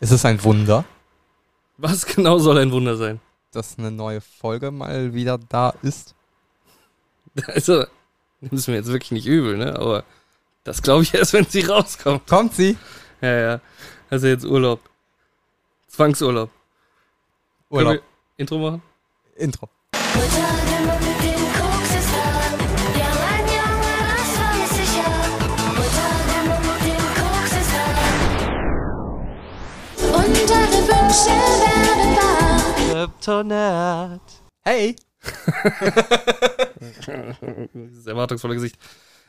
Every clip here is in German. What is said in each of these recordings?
Es ist ein Wunder, Was genau soll ein Wunder sein? dass eine neue Folge mal wieder da ist. Also, nimm es mir jetzt wirklich nicht übel, ne? Aber das glaube ich erst, wenn sie rauskommt. Kommt sie? Ja, ja. Also jetzt Urlaub. Zwangsurlaub. Können Urlaub. wir Intro machen? Intro. Bucağı bugün koksuzda Yalan yalan asfaya sıçar Bucağı bugün koksuzda Unter der Wünsche werden wahr Hey! Dieses erwartungsvolle Gesicht.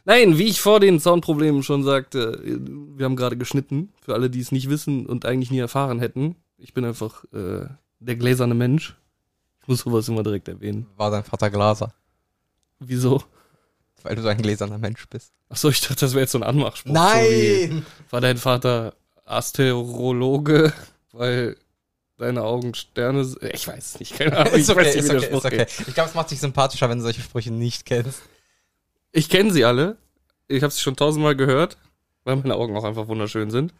Nein, wie ich vor den Soundproblemen schon sagte, wir haben gerade geschnitten, für alle, die es nicht wissen und eigentlich nie erfahren hätten. Ich bin einfach äh, der gläserne Mensch. Ich muss sowas immer direkt erwähnen. War dein Vater Glaser, Wieso? weil du so ein gläserner Mensch bist. Achso, ich dachte, das wäre jetzt so ein Anmachspruch. So wie, war dein Vater Asterologe, weil deine Augen Sterne sind? Ich weiß es nicht, keine Ahnung. Ist ich okay, weiß nicht, ist wie der okay, Spruch ist okay. geht. Ich glaube, es macht dich sympathischer, wenn du solche Sprüche nicht kennst. Ich kenne sie alle. Ich habe sie schon tausendmal gehört, weil meine Augen auch einfach wunderschön sind.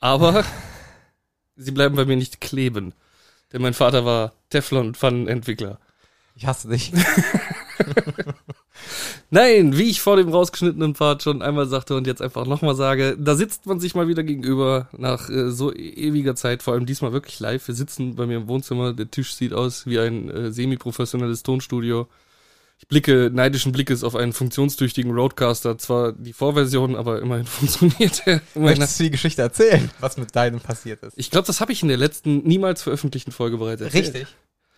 Aber sie bleiben bei mir nicht kleben. Denn mein Vater war Teflon-Pfannenentwickler. Ich hasse dich. Nein, wie ich vor dem rausgeschnittenen Part schon einmal sagte und jetzt einfach nochmal sage, da sitzt man sich mal wieder gegenüber nach äh, so e- ewiger Zeit, vor allem diesmal wirklich live. Wir sitzen bei mir im Wohnzimmer, der Tisch sieht aus wie ein äh, semi-professionelles Tonstudio. Ich blicke neidischen Blickes auf einen funktionstüchtigen Roadcaster, zwar die Vorversion, aber immerhin funktioniert er. Immerhin- Möchtest du die Geschichte erzählen, was mit deinem passiert ist? Ich glaube, das habe ich in der letzten, niemals veröffentlichten Folge bereits erzählt. Richtig.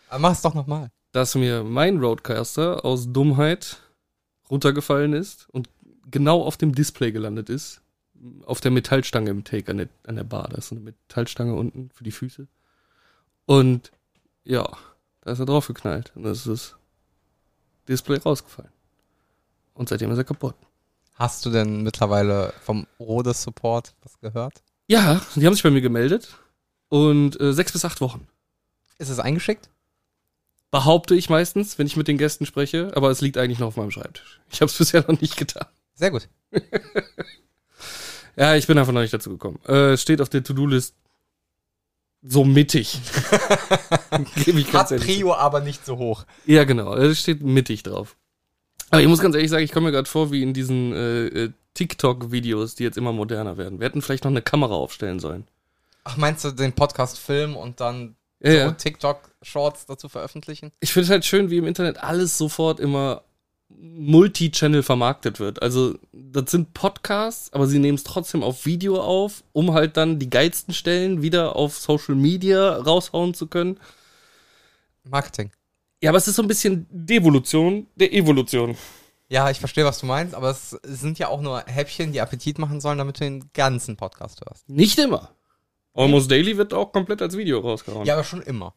Aber mach es doch nochmal. dass mir mein Roadcaster aus Dummheit runtergefallen ist und genau auf dem Display gelandet ist. Auf der Metallstange im Take an der, an der Bar. Da ist so eine Metallstange unten für die Füße. Und ja, da ist er draufgeknallt. Und das ist das Display rausgefallen. Und seitdem ist er kaputt. Hast du denn mittlerweile vom Rhodes Support was gehört? Ja, die haben sich bei mir gemeldet. Und äh, sechs bis acht Wochen. Ist es eingeschickt? Behaupte ich meistens, wenn ich mit den Gästen spreche, aber es liegt eigentlich noch auf meinem Schreibtisch. Ich habe es bisher noch nicht getan. Sehr gut. Ja, ich bin einfach noch nicht dazu gekommen. Äh, steht auf der To-Do-List so mittig. Gebe ich ganz Hat ehrlich Prio aber nicht so hoch. zu. Ja, genau. Es steht mittig drauf. Aber ich muss ganz ehrlich sagen, ich komme mir gerade vor wie in diesen äh, äh, TikTok-Videos, die jetzt immer moderner werden. Wir hätten vielleicht noch eine Kamera aufstellen sollen. Ach, meinst du den Podcast filmen und dann Ja, so ja. TikTok-Shorts dazu veröffentlichen? Ich finde es halt schön, wie im Internet alles sofort immer Multi-Channel vermarktet wird. Also, das sind Podcasts, aber sie nehmen es trotzdem auf Video auf, um halt dann die geilsten Stellen wieder auf Social Media raushauen zu können. Marketing. Ja, aber es ist so ein bisschen Devolution der Evolution. Ja, ich verstehe, was du meinst, aber es sind ja auch nur Häppchen, die Appetit machen sollen, damit du den ganzen Podcast hörst. Nicht immer. Almost Daily wird auch komplett als Video rausgehauen. Ja, aber schon immer.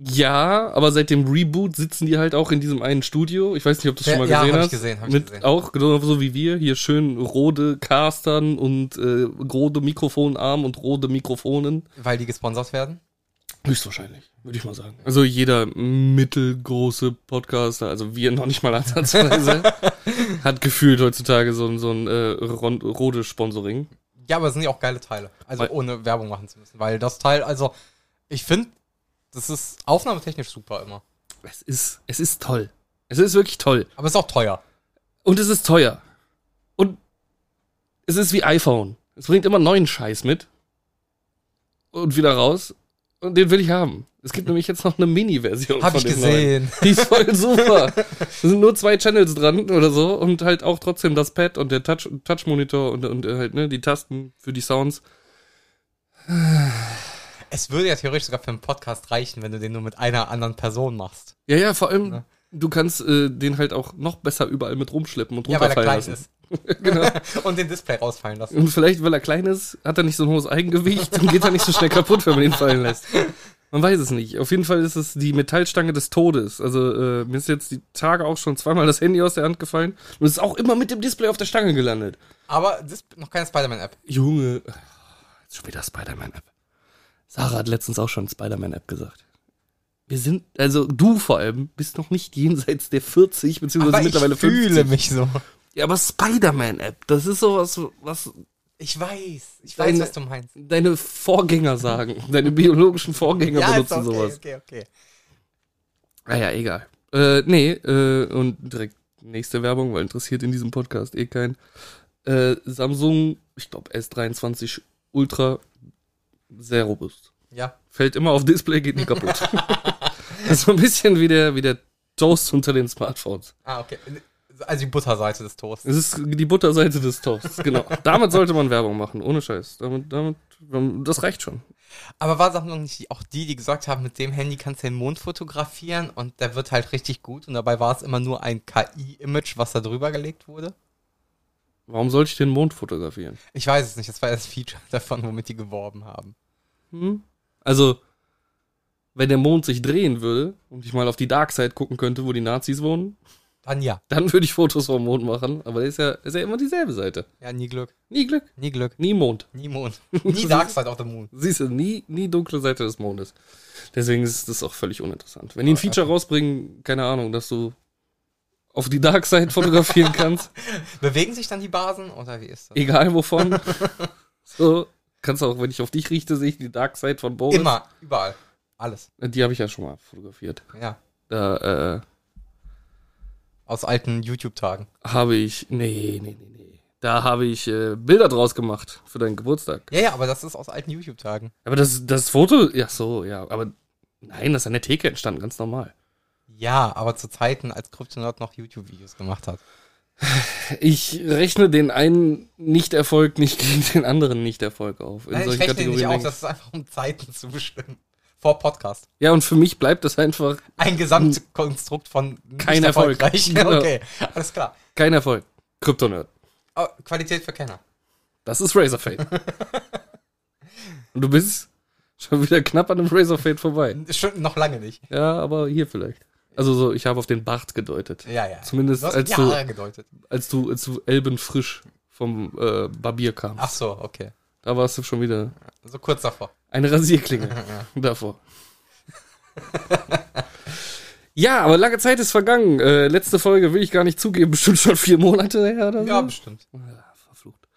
Ja, aber seit dem Reboot sitzen die halt auch in diesem einen Studio. Ich weiß nicht, ob du es schon mal Ja, gesehen hab ich hast. gesehen, hab ich Mit gesehen. auch genau so wie wir hier schön rote Castern und äh, rote Mikrofonarm und rote Mikrofonen. Weil die gesponsert werden? Höchstwahrscheinlich, würde ich mal sagen. Also jeder mittelgroße Podcaster, also wir noch nicht mal ansatzweise, hat gefühlt heutzutage so, ein- so ein äh, Ron- rote Sponsoring. Ja, aber es sind ja auch geile Teile. Also Weil- ohne Werbung machen zu müssen. Weil das Teil, also ich finde, das ist aufnahmetechnisch super immer. Es ist, es ist toll. Es ist wirklich toll. Aber es ist auch teuer. Und es ist teuer. Und es ist wie iPhone. Es bringt immer neuen Scheiß mit. Und wieder raus. Und den will ich haben. Es gibt nämlich jetzt noch eine Mini-Version. Hab von ich dem neuen. gesehen. Die ist voll super. Es sind nur zwei Channels dran oder so. Und halt auch trotzdem das Pad und der Touch- Touch-Monitor und, und halt, ne, die Tasten für die Sounds. Es würde ja theoretisch sogar für einen Podcast reichen, wenn du den nur mit einer anderen Person machst. Ja, ja, vor allem, Ja. du kannst äh, den halt auch noch besser überall mit rumschleppen und Ja, weil er runterfallen klein lassen. ist. Genau. Und den Display rausfallen lassen. Und vielleicht, weil er klein ist, hat er nicht so ein hohes Eigengewicht und geht er nicht so schnell kaputt, wenn man ihn fallen lässt. Man weiß es nicht. Auf jeden Fall ist es die Metallstange des Todes. Also äh, mir ist jetzt die Tage auch schon zweimal das Handy aus der Hand gefallen und es ist auch immer mit dem Display auf der Stange gelandet. Aber das ist noch keine Spider-Man-App. Junge, jetzt schon wieder Spider-Man-App. Sarah hat letztens auch schon Spider-Man-App gesagt. Wir sind, also du vor allem, bist noch nicht jenseits der 40, beziehungsweise Aber ich mittlerweile 50. fühle mich so. Ja, aber Spider-Man-App, das ist sowas, was Ich weiß, ich weiß, Deine- was du meinst. Deine Vorgänger sagen. Deine biologischen Vorgänger ist benutzen okay, sowas. okay, okay. Ah ja, egal. Äh, nee, äh, und direkt nächste Werbung, weil interessiert in diesem Podcast eh keinen. Äh, Samsung, ich glaube S23 Ultra, sehr robust. Ja, Fällt immer auf Display, geht nicht kaputt. das ist so ein bisschen wie der, wie der Toast unter den Smartphones. ah, okay. Also die Butterseite des Toasts. Es ist die Butterseite des Toasts, genau. damit sollte man Werbung machen, ohne Scheiß. Damit, damit, das reicht schon. Aber war es auch noch nicht auch die, die gesagt haben, mit dem Handy kannst du den Mond fotografieren und der wird halt richtig gut und dabei war es immer nur ein KI-Image, was da drüber gelegt wurde? Warum sollte ich den Mond fotografieren? Ich weiß es nicht, das war das Feature davon, womit die geworben haben. Hm? Also, wenn der Mond sich drehen würde und ich mal auf die Dark Side gucken könnte, wo die Nazis wohnen, Dann ja. dann würde ich Fotos vom Mond machen. Aber der ist ja, ist ja immer dieselbe Seite. Ja, nie Glück. Nie Glück, Nie Glück. nie Mond. Nie Mond. Nie Dark Side of the Moon. Siehst du, nie, nie dunkle Seite des Mondes. Deswegen ist das auch völlig uninteressant. Wenn die ein Feature rausbringen, keine Ahnung, dass du auf die Dark Side fotografieren kannst, Bewegen sich dann die Basen oder wie ist das? egal wovon. So, kannst auch, wenn ich auf dich riechte, sehe ich die Dark Side von Boris. Immer, überall. Alles. Die habe ich ja schon mal fotografiert. Ja. Da, äh, Aus alten YouTube-Tagen. habe ich. Nee, nee, nee, nee. Da habe ich äh, Bilder draus gemacht für deinen Geburtstag. Ja, ja, aber das ist aus alten YouTube-Tagen. Aber das, das Foto. Ja, so, ja. Aber nein, das ist an der Theke entstanden, ganz normal. Ja, aber zu Zeiten, als Kryptonaut noch YouTube-Videos gemacht hat. Ich rechne den einen Nicht-Erfolg nicht gegen den anderen Nicht-Erfolg auf. In Nein, ich solchen rechne nicht Kategorien. auf, das ist einfach um Zeiten zu bestimmen. Vor Podcast. ja, und für mich bleibt das einfach Ein Gesamtkonstrukt von nicht Kein Erfolg. erfolgreich. Genau. Okay, alles klar. kein Erfolg. Kryptonerd. Aber Qualität für Kenner. Das ist Razor Fade. und du bist schon wieder knapp an einem Razor Fade vorbei. Schon noch lange nicht. Ja, aber hier vielleicht. Also so, ich habe auf den Bart gedeutet. Ja, ja. Zumindest du hast als ja du- gedeutet. als du, als du elbenfrisch vom äh, Barbier kam. Ach so, okay. Da warst du schon wieder So kurz davor. eine Rasierklinge davor. ja, aber lange Zeit ist vergangen. Äh, letzte Folge will ich gar nicht zugeben, bestimmt schon vier Monate her oder so. Ja, bestimmt. Ja, verflucht.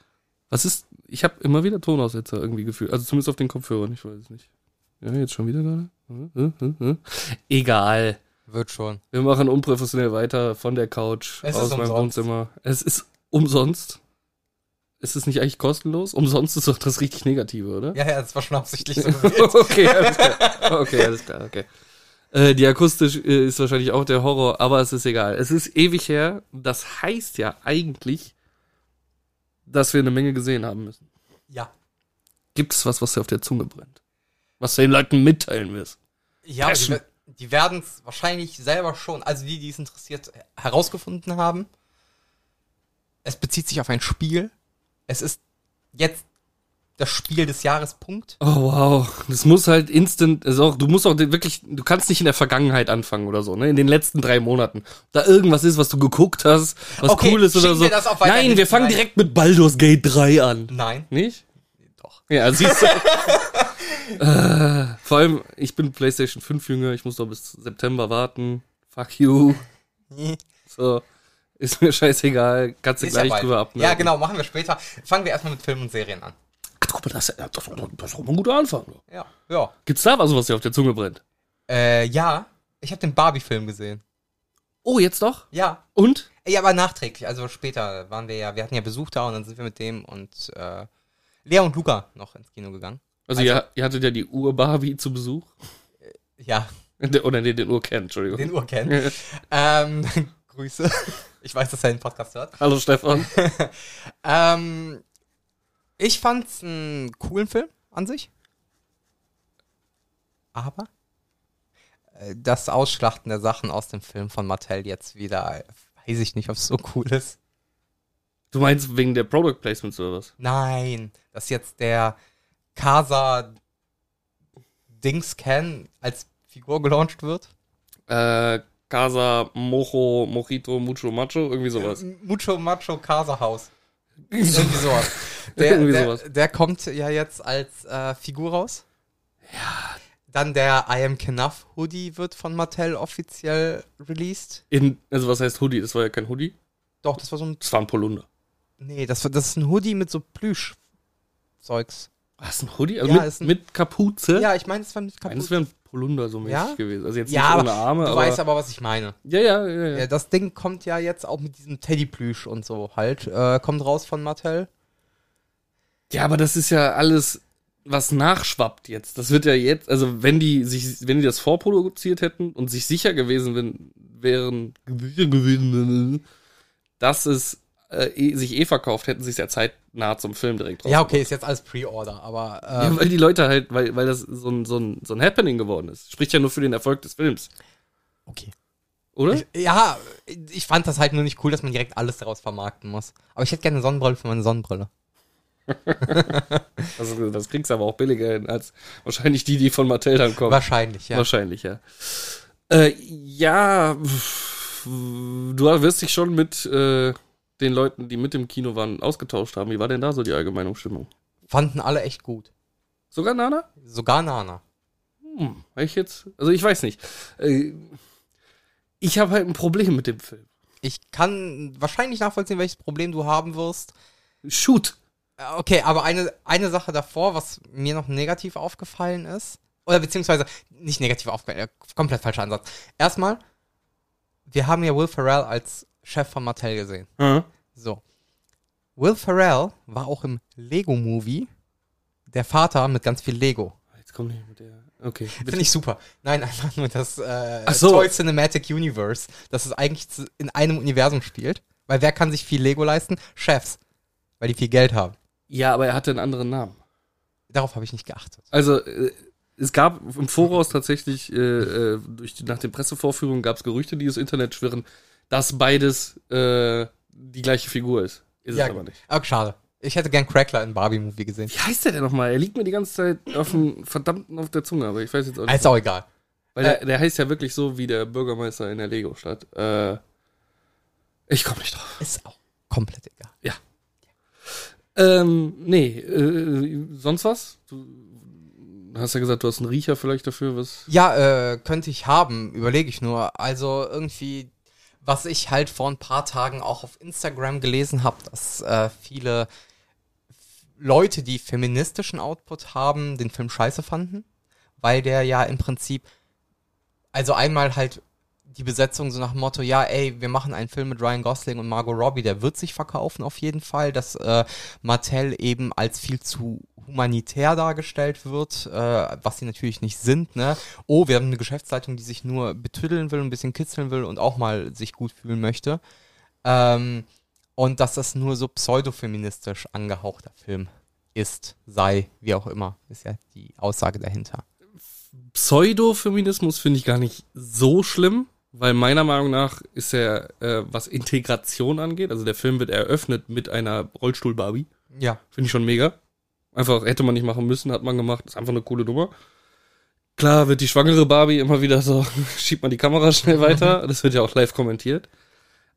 Was ist? Ich habe immer wieder Tonaussetzer irgendwie gefühlt. Also zumindest auf den Kopfhörern, ich weiß es nicht. Ja, jetzt schon wieder gerade? Hm, hm, hm, hm. Egal. Wird schon. Wir machen unprofessionell weiter von der Couch Es ist aus meinem umsonst. Wohnzimmer. Es ist umsonst. Ist es nicht eigentlich kostenlos? Umsonst ist doch das richtig Negative, oder? Ja, ja, das war schon absichtlich so gewählt. okay, alles klar. Okay, alles klar, okay. Äh, die akustisch äh, ist wahrscheinlich auch der Horror, aber es ist egal. Es ist ewig her. Das heißt ja eigentlich, dass wir eine Menge gesehen haben müssen. Ja. Gibt es was, was dir auf der Zunge brennt? Was du den Leuten mitteilen wirst? Ja, aber die, Passion. wer- die werden es wahrscheinlich selber schon, also die, die es interessiert, herausgefunden haben. Es bezieht sich auf ein Spiel. Es ist jetzt das Spiel des Jahres, Punkt. Oh wow, das muss halt instant, also auch, du musst auch den- wirklich, du kannst nicht in der Vergangenheit anfangen oder so, ne? In den letzten drei Monaten. Da irgendwas ist, was du geguckt hast, was Okay, cool ist oder schieben so. wir das auf weiter Nein, wir hinten fangen rein. direkt mit Baldur's Gate 3 an. Nein, Nicht? doch. Ja, siehst du. äh, vor allem, ich bin PlayStation 5 Jünger, ich muss doch bis September warten. Fuck you. So, ist mir scheißegal, kannst du Ist ja gleich bald. drüber ne? abmelden. Ja, genau, machen wir später. Fangen wir erstmal mit Filmen und Serien an. Ach, guck mal, das, das, das, das ist doch mal ein guter Anfang. Ja, ja. Gibt's da was, was dir auf der Zunge brennt? Äh, ja, ich habe den Barbie-Film gesehen. Oh, jetzt doch? Ja. Und? Ja, aber nachträglich, also später waren wir ja, wir hatten ja Besuch da und dann sind wir mit dem und äh, Lea und Luca noch ins Kino gegangen. Also, ihr, ihr hattet ja die Ur-Barbie zu Besuch. Ja, Der- Oder nee, den Ur-Ken, Entschuldigung. den Uhr kennen. ähm, Grüße. Ich weiß, dass er den Podcast hört. Hallo Stefan. Ähm, ich fand's einen coolen Film an sich. Aber äh, das Ausschlachten der Sachen aus dem Film von Mattel jetzt wieder, weiß ich nicht, ob es so cool ist. Du meinst wegen der Product Placements oder was? Nein, dass jetzt der Casa Dingscan als Figur gelauncht wird. Äh, Casa, Mojo, Mojito, Mucho, Macho, irgendwie sowas. M- Mucho Macho Casa House. Irgendwie sowas. Der, Irgendwie der, sowas. der kommt ja jetzt als äh, Figur raus. Ja. Dann der I Am Knuff Hoodie wird von Mattel offiziell released. In, also, was heißt Hoodie? Das war ja kein Hoodie. Doch, das war so ein. Das war ein Polunder. Nee, das, war, das ist ein Hoodie mit so Plüsch. Zeugs. Was, ein Hoodie? Also Ja, mit, ist ein- mit Kapuze? Ja, ich meine, es war mit Eines kaputt. wäre ein Polunder so mäßig Ja? gewesen. Also jetzt Ja, nicht aber ohne Arme, du aber, weißt aber, was ich meine. Ja, ja, ja, ja. Ja, das Ding kommt ja jetzt auch mit diesem Teddyplüsch und so halt. Äh, kommt raus von Mattel. Ja, aber das ist ja alles, was nachschwappt jetzt. Das wird ja jetzt, also wenn die sich, wenn die das vorproduziert hätten und sich sicher gewesen wären, wären sicher gewesen, dass es äh, eh, sich eh verkauft, hätten sie es ja zeitnah zum Film direkt Ja, okay, ist jetzt alles Pre-Order, aber äh, Ja, weil die Leute halt, weil, weil das so ein, so, ein, so ein Happening geworden ist. Spricht ja nur für den Erfolg des Films, okay. oder? Ich, ja, ich fand das halt nur nicht cool, dass man direkt alles daraus vermarkten muss. Aber ich hätte gerne eine Sonnenbrille für meine Sonnenbrille. Das, Also, das kriegst du aber auch billiger hin als wahrscheinlich die, die von Mattel dann kommen. Wahrscheinlich, ja. Wahrscheinlich, ja. Äh, ja, pff, du wirst dich schon mit äh, den Leuten, die mit dem Kino waren, ausgetauscht haben. Wie war denn da so die allgemeine Stimmung? Fanden alle echt gut. Sogar Nana? Sogar Nana. Hm, hab ich jetzt? Also ich weiß nicht. Äh, ich habe halt ein Problem mit dem Film. Ich kann wahrscheinlich nachvollziehen, welches Problem du haben wirst. Shoot! Äh, Okay, aber eine, eine Sache davor, was mir noch negativ aufgefallen ist, oder beziehungsweise nicht negativ aufgefallen, äh, komplett falscher Ansatz. Erstmal, wir haben ja Will Ferrell als Chef von Mattel gesehen. So. Will Ferrell war auch im Lego-Movie der Vater mit ganz viel Lego. Jetzt komm nicht mit der. Okay. bitte. Finde ich super. Nein, einfach nur das äh, Ach so. Toy Cinematic Universe, dass es eigentlich zu- in einem Universum spielt. Weil wer kann sich viel Lego leisten? Chefs. Weil die viel Geld haben. Ja, aber er hatte einen anderen Namen. Darauf habe ich nicht geachtet. Also äh, es gab im Voraus tatsächlich, äh, äh, durch die, nach den Pressevorführungen gab es Gerüchte, die ins Internet schwirren, dass beides äh, die gleiche Figur ist. Ist es aber nicht. Aber schade. Ich hätte gern Crackler in Barbie-Movie gesehen. Wie heißt der denn nochmal? Er liegt mir die ganze Zeit auf dem verdammten auf der Zunge, aber ich weiß jetzt auch nicht. Ist auch egal. weil der, der heißt ja wirklich so wie der Bürgermeister in der Lego-Stadt. Äh, ich komme nicht drauf. Ist auch komplett egal. Ähm, nee, äh, sonst was? Du hast ja gesagt, du hast einen Riecher vielleicht dafür, was. Ja, äh, könnte ich haben, überlege ich nur. Also irgendwie, was ich halt vor ein paar Tagen auch auf Instagram gelesen habe, dass äh, viele f- Leute, die feministischen Output haben, den Film scheiße fanden, weil der ja im Prinzip, also einmal halt die Besetzung so nach dem Motto, ja, ey, wir machen einen Film mit Ryan Gosling und Margot Robbie, der wird sich verkaufen auf jeden Fall, dass äh, Martell eben als viel zu humanitär dargestellt wird, äh, was sie natürlich nicht sind, ne? Oh, wir haben eine Geschäftsleitung, die sich nur betüddeln will, ein bisschen kitzeln will und auch mal sich gut fühlen möchte. Ähm, und dass das nur so pseudofeministisch angehauchter Film ist, sei, wie auch immer, ist ja die Aussage dahinter. Pseudo-Feminismus finde ich gar nicht so schlimm, weil meiner Meinung nach ist er, äh, was Integration angeht, also der Film wird eröffnet mit einer Rollstuhl-Barbie. Ja. Finde ich schon mega. Einfach hätte man nicht machen müssen, hat man gemacht. Ist einfach eine coole Nummer. Klar wird die schwangere Barbie immer wieder so, schiebt man die Kamera schnell weiter. Das wird ja auch live kommentiert.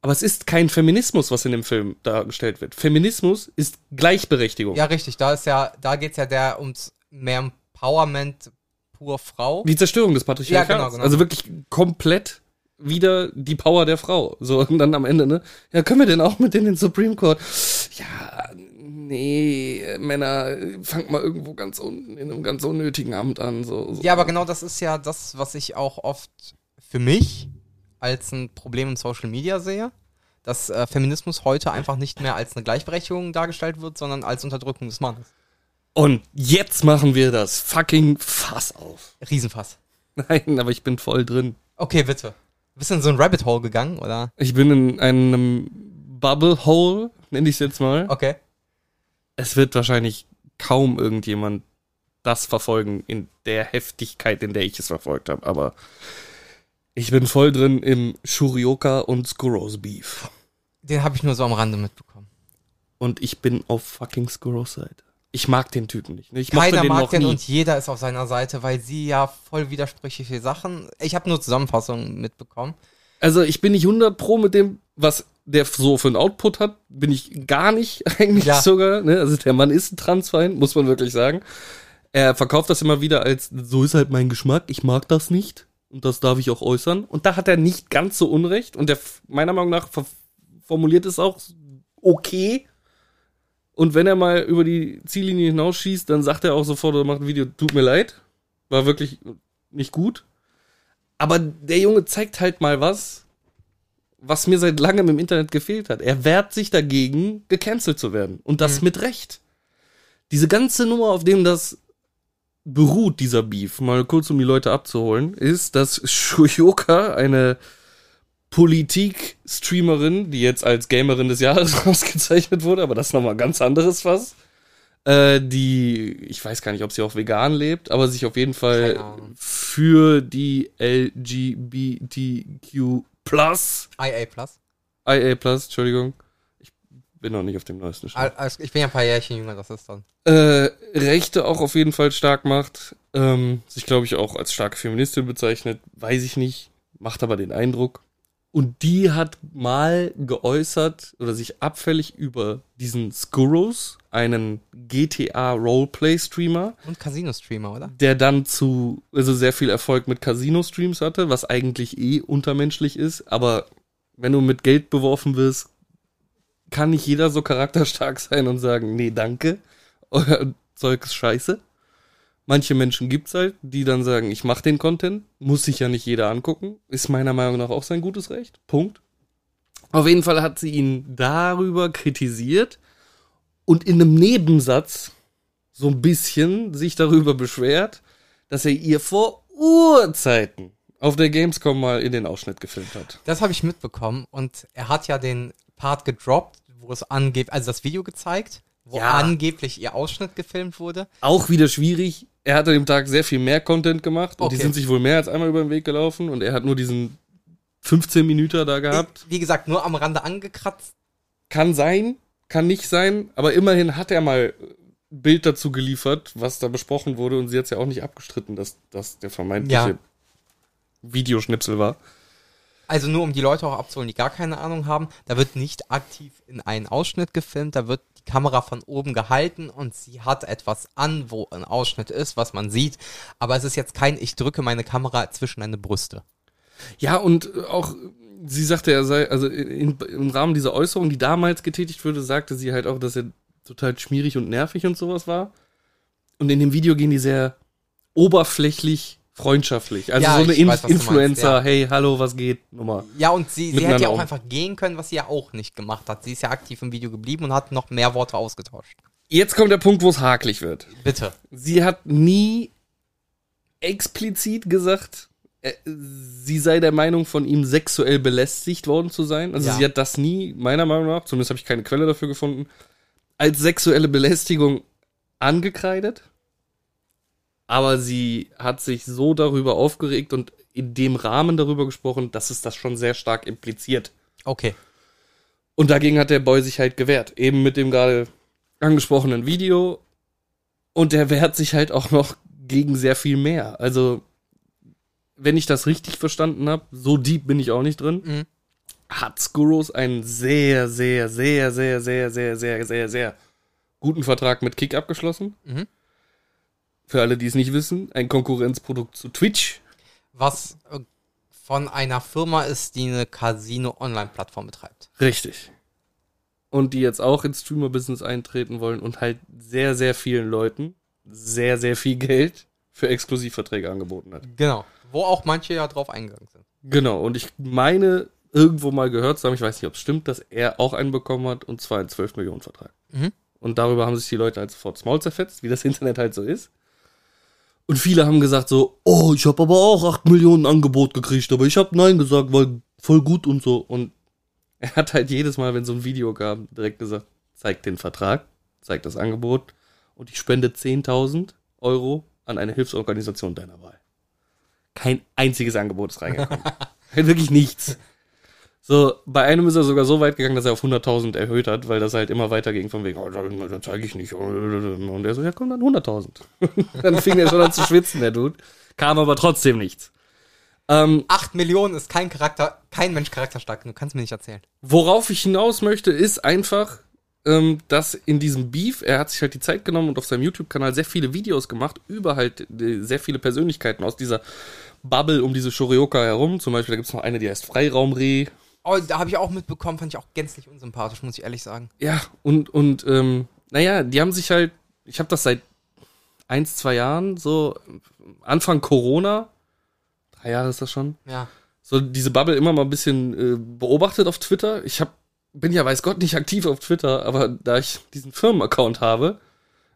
Aber es ist kein Feminismus, was in dem Film dargestellt wird. Feminismus ist Gleichberechtigung. Ja, richtig, da ist ja, da geht's ja der ums mehr Empowerment pur Frau. Die Zerstörung des Patriarchats. Ja, genau, genau. Also wirklich komplett wieder die Power der Frau. So, und dann am Ende, ne? Ja, können wir denn auch mit in den Supreme Court? Ja, nee, äh, Männer, fangt mal irgendwo ganz unten, in einem ganz unnötigen Amt an. So, so. Ja, aber genau das ist ja das, was ich auch oft für mich als ein Problem im Social Media sehe, dass äh, Feminismus heute einfach nicht mehr als eine Gleichberechtigung dargestellt wird, sondern als Unterdrückung des Mannes. Und jetzt machen wir das fucking Fass auf. Riesenfass. Nein, aber ich bin voll drin. Okay, bitte. Bist du in so ein Rabbit Hole gegangen, oder? Ich bin in einem Bubble Hole, nenne ich es jetzt mal. Okay. es wird wahrscheinlich kaum irgendjemand das verfolgen in der Heftigkeit, in der ich es verfolgt habe. Aber ich bin voll drin im Shurioka und Skuros Beef. Den habe ich nur so am Rande mitbekommen. Und ich bin auf fucking Skuros Seite. Ich mag den Typen nicht. Ne? Ich mochte Keiner den mag noch den nie. und jeder ist auf seiner Seite, weil sie ja voll widersprüchliche Sachen. Ich habe nur Zusammenfassungen mitbekommen. Also ich bin nicht 100 pro mit dem, was der so für einen Output hat, bin ich gar nicht eigentlich Ja. sogar. Ne? Also der Mann ist ein Transfeind, muss man wirklich sagen. Er verkauft das immer wieder als, so ist halt mein Geschmack, ich mag das nicht und das darf ich auch äußern. Und da hat er nicht ganz so Unrecht und der f- meiner Meinung nach ver- formuliert es auch okay. Und wenn er mal über die Ziellinie hinausschießt, dann sagt er auch sofort oder macht ein Video, tut mir leid. War wirklich nicht gut. Aber der Junge zeigt halt mal was, was mir seit langem im Internet gefehlt hat. Er wehrt sich dagegen, gecancelt zu werden. Und das Mhm. mit Recht. Diese ganze Nummer, auf dem das beruht, dieser Beef, mal kurz um die Leute abzuholen, ist, dass Shoyoka, eine Politik-Streamerin, die jetzt als Gamerin des Jahres ausgezeichnet wurde, aber das ist nochmal ganz anderes was. Äh, die, ich weiß gar nicht, ob sie auch vegan lebt, aber sich auf jeden Fall Keine Ahnung. für die LGBTQ Plus, IA Plus. IA Plus, Entschuldigung, ich bin noch nicht auf dem neuesten Stand Al- als- Ich bin ja ein paar Jährchen jünger, das ist dann. äh, Rechte auch auf jeden Fall stark macht. Ähm, sich, glaube ich, auch als starke Feministin bezeichnet. Weiß ich nicht. Macht aber den Eindruck. Und die hat mal geäußert oder sich abfällig über diesen Skurros, einen GTA Roleplay-Streamer, Und Casino-Streamer, oder? der dann zu, also sehr viel Erfolg mit Casino-Streams hatte, was eigentlich eh untermenschlich ist, aber wenn du mit Geld beworfen wirst, kann nicht jeder so charakterstark sein und sagen, nee, danke, euer Zeug ist scheiße. Manche Menschen gibt's halt, die dann sagen, ich mache den Content, muss sich ja nicht jeder angucken, ist meiner Meinung nach auch sein gutes Recht. Punkt. Auf jeden Fall hat sie ihn darüber kritisiert und in einem Nebensatz so ein bisschen sich darüber beschwert, dass er ihr vor Urzeiten auf der Gamescom mal in den Ausschnitt gefilmt hat. Das habe ich mitbekommen und er hat ja den Part gedroppt, wo es angeblich, also das Video gezeigt, wo Ja. angeblich ihr Ausschnitt gefilmt wurde. Auch wieder schwierig. Er hat an dem Tag sehr viel mehr Content gemacht und die Okay. sind sich wohl mehr als einmal über den Weg gelaufen und er hat nur diesen 15 Minuten da gehabt. Wie gesagt, nur am Rande angekratzt. Kann sein, kann nicht sein, aber immerhin hat er mal ein Bild dazu geliefert, was da besprochen wurde und sie hat es ja auch nicht abgestritten, dass das der vermeintliche Ja. Videoschnipsel war. Also nur um die Leute auch abzuholen, die gar keine Ahnung haben. Da wird nicht aktiv in einen Ausschnitt gefilmt, da wird die Kamera von oben gehalten und sie hat etwas an, wo ein Ausschnitt ist, was man sieht. Aber es ist jetzt kein, ich drücke meine Kamera zwischen deine Brüste. Ja, und äh, auch, sie sagte, er sei, also in, im Rahmen dieser Äußerung, die damals getätigt wurde, sagte sie halt auch, dass er total schmierig und nervig und sowas war. Und in dem Video gehen die sehr oberflächlich freundschaftlich. Also Ja, so eine ich Inf weiß, was du meinst, Influencer, ja. hey, hallo, was geht? Nummer. Ja, und sie, sie Miteinander hätte ja auch um. einfach gehen können, was sie ja auch nicht gemacht hat. Sie ist ja aktiv im Video geblieben und hat noch mehr Worte ausgetauscht. Jetzt kommt der Punkt, wo es hakelig wird. Bitte. Sie hat nie explizit gesagt, äh, sie sei der Meinung, von ihm sexuell belästigt worden zu sein. Also Ja. sie hat das nie, meiner Meinung nach, zumindest habe ich keine Quelle dafür gefunden, als sexuelle Belästigung angekreidet. Aber sie hat sich so darüber aufgeregt und in dem Rahmen darüber gesprochen, dass es das schon sehr stark impliziert. Okay. Und dagegen hat der Boy sich halt gewehrt. Eben mit dem gerade angesprochenen Video. Und der wehrt sich halt auch noch gegen sehr viel mehr. Also, wenn ich das richtig verstanden habe, so deep bin ich auch nicht drin, Mhm. hat Skuros einen sehr, sehr, sehr, sehr, sehr, sehr, sehr, sehr, sehr guten Vertrag mit Kick abgeschlossen. Mhm. Für alle, die es nicht wissen, ein Konkurrenzprodukt zu Twitch. Was äh, von einer Firma ist, die eine Casino-Online-Plattform betreibt. Richtig. Und die jetzt auch ins Streamer-Business eintreten wollen und halt sehr, sehr vielen Leuten sehr, sehr viel Geld für Exklusivverträge angeboten hat. Genau. Wo auch manche ja drauf eingegangen sind. Genau, und ich meine, irgendwo mal gehört zu haben, ich weiß nicht, ob es stimmt, dass er auch einen bekommen hat, und zwar einen 12-Millionen-Vertrag. Mhm. Und darüber haben sich die Leute halt sofort das Maul zerfetzt, wie das Internet halt so ist. Und viele haben gesagt so, oh, ich habe aber auch 8 Millionen Angebot gekriegt, aber ich habe Nein gesagt, weil voll gut und so. Und er hat halt jedes Mal, wenn so ein Video kam, direkt gesagt, zeig den Vertrag, zeig das Angebot und ich spende 10.000 Euro an eine Hilfsorganisation deiner Wahl. Kein einziges Angebot ist reingekommen. Halt Wirklich nichts. So, bei einem ist er sogar so weit gegangen, dass er auf 100.000 erhöht hat, weil das halt immer weiterging von wegen, oh, dann, dann zeige ich nicht. Und er so, ja komm, dann 100.000. dann fing er schon an zu schwitzen, der Dude. Kam aber trotzdem nichts. Ähm, Acht Millionen ist kein Charakter, kein Mensch charakterstark. Du kannst mir nicht erzählen. Worauf ich hinaus möchte, ist einfach, ähm, dass in diesem Beef, er hat sich halt die Zeit genommen und auf seinem YouTube-Kanal sehr viele Videos gemacht über halt äh, sehr viele Persönlichkeiten aus dieser Bubble um diese Shorioka herum. Zum Beispiel, da gibt's noch eine, die heißt Freiraumreh. Oh, da habe ich auch mitbekommen, fand ich auch gänzlich unsympathisch, muss ich ehrlich sagen. Ja, und, und ähm, Naja, die haben sich halt, ich habe das seit eins, zwei Jahren, so Anfang Corona, drei Jahre ist das schon, Ja. so diese Bubble immer mal ein bisschen äh, beobachtet auf Twitter. Ich hab, bin ja weiß Gott nicht aktiv auf Twitter, aber da ich diesen Firmenaccount habe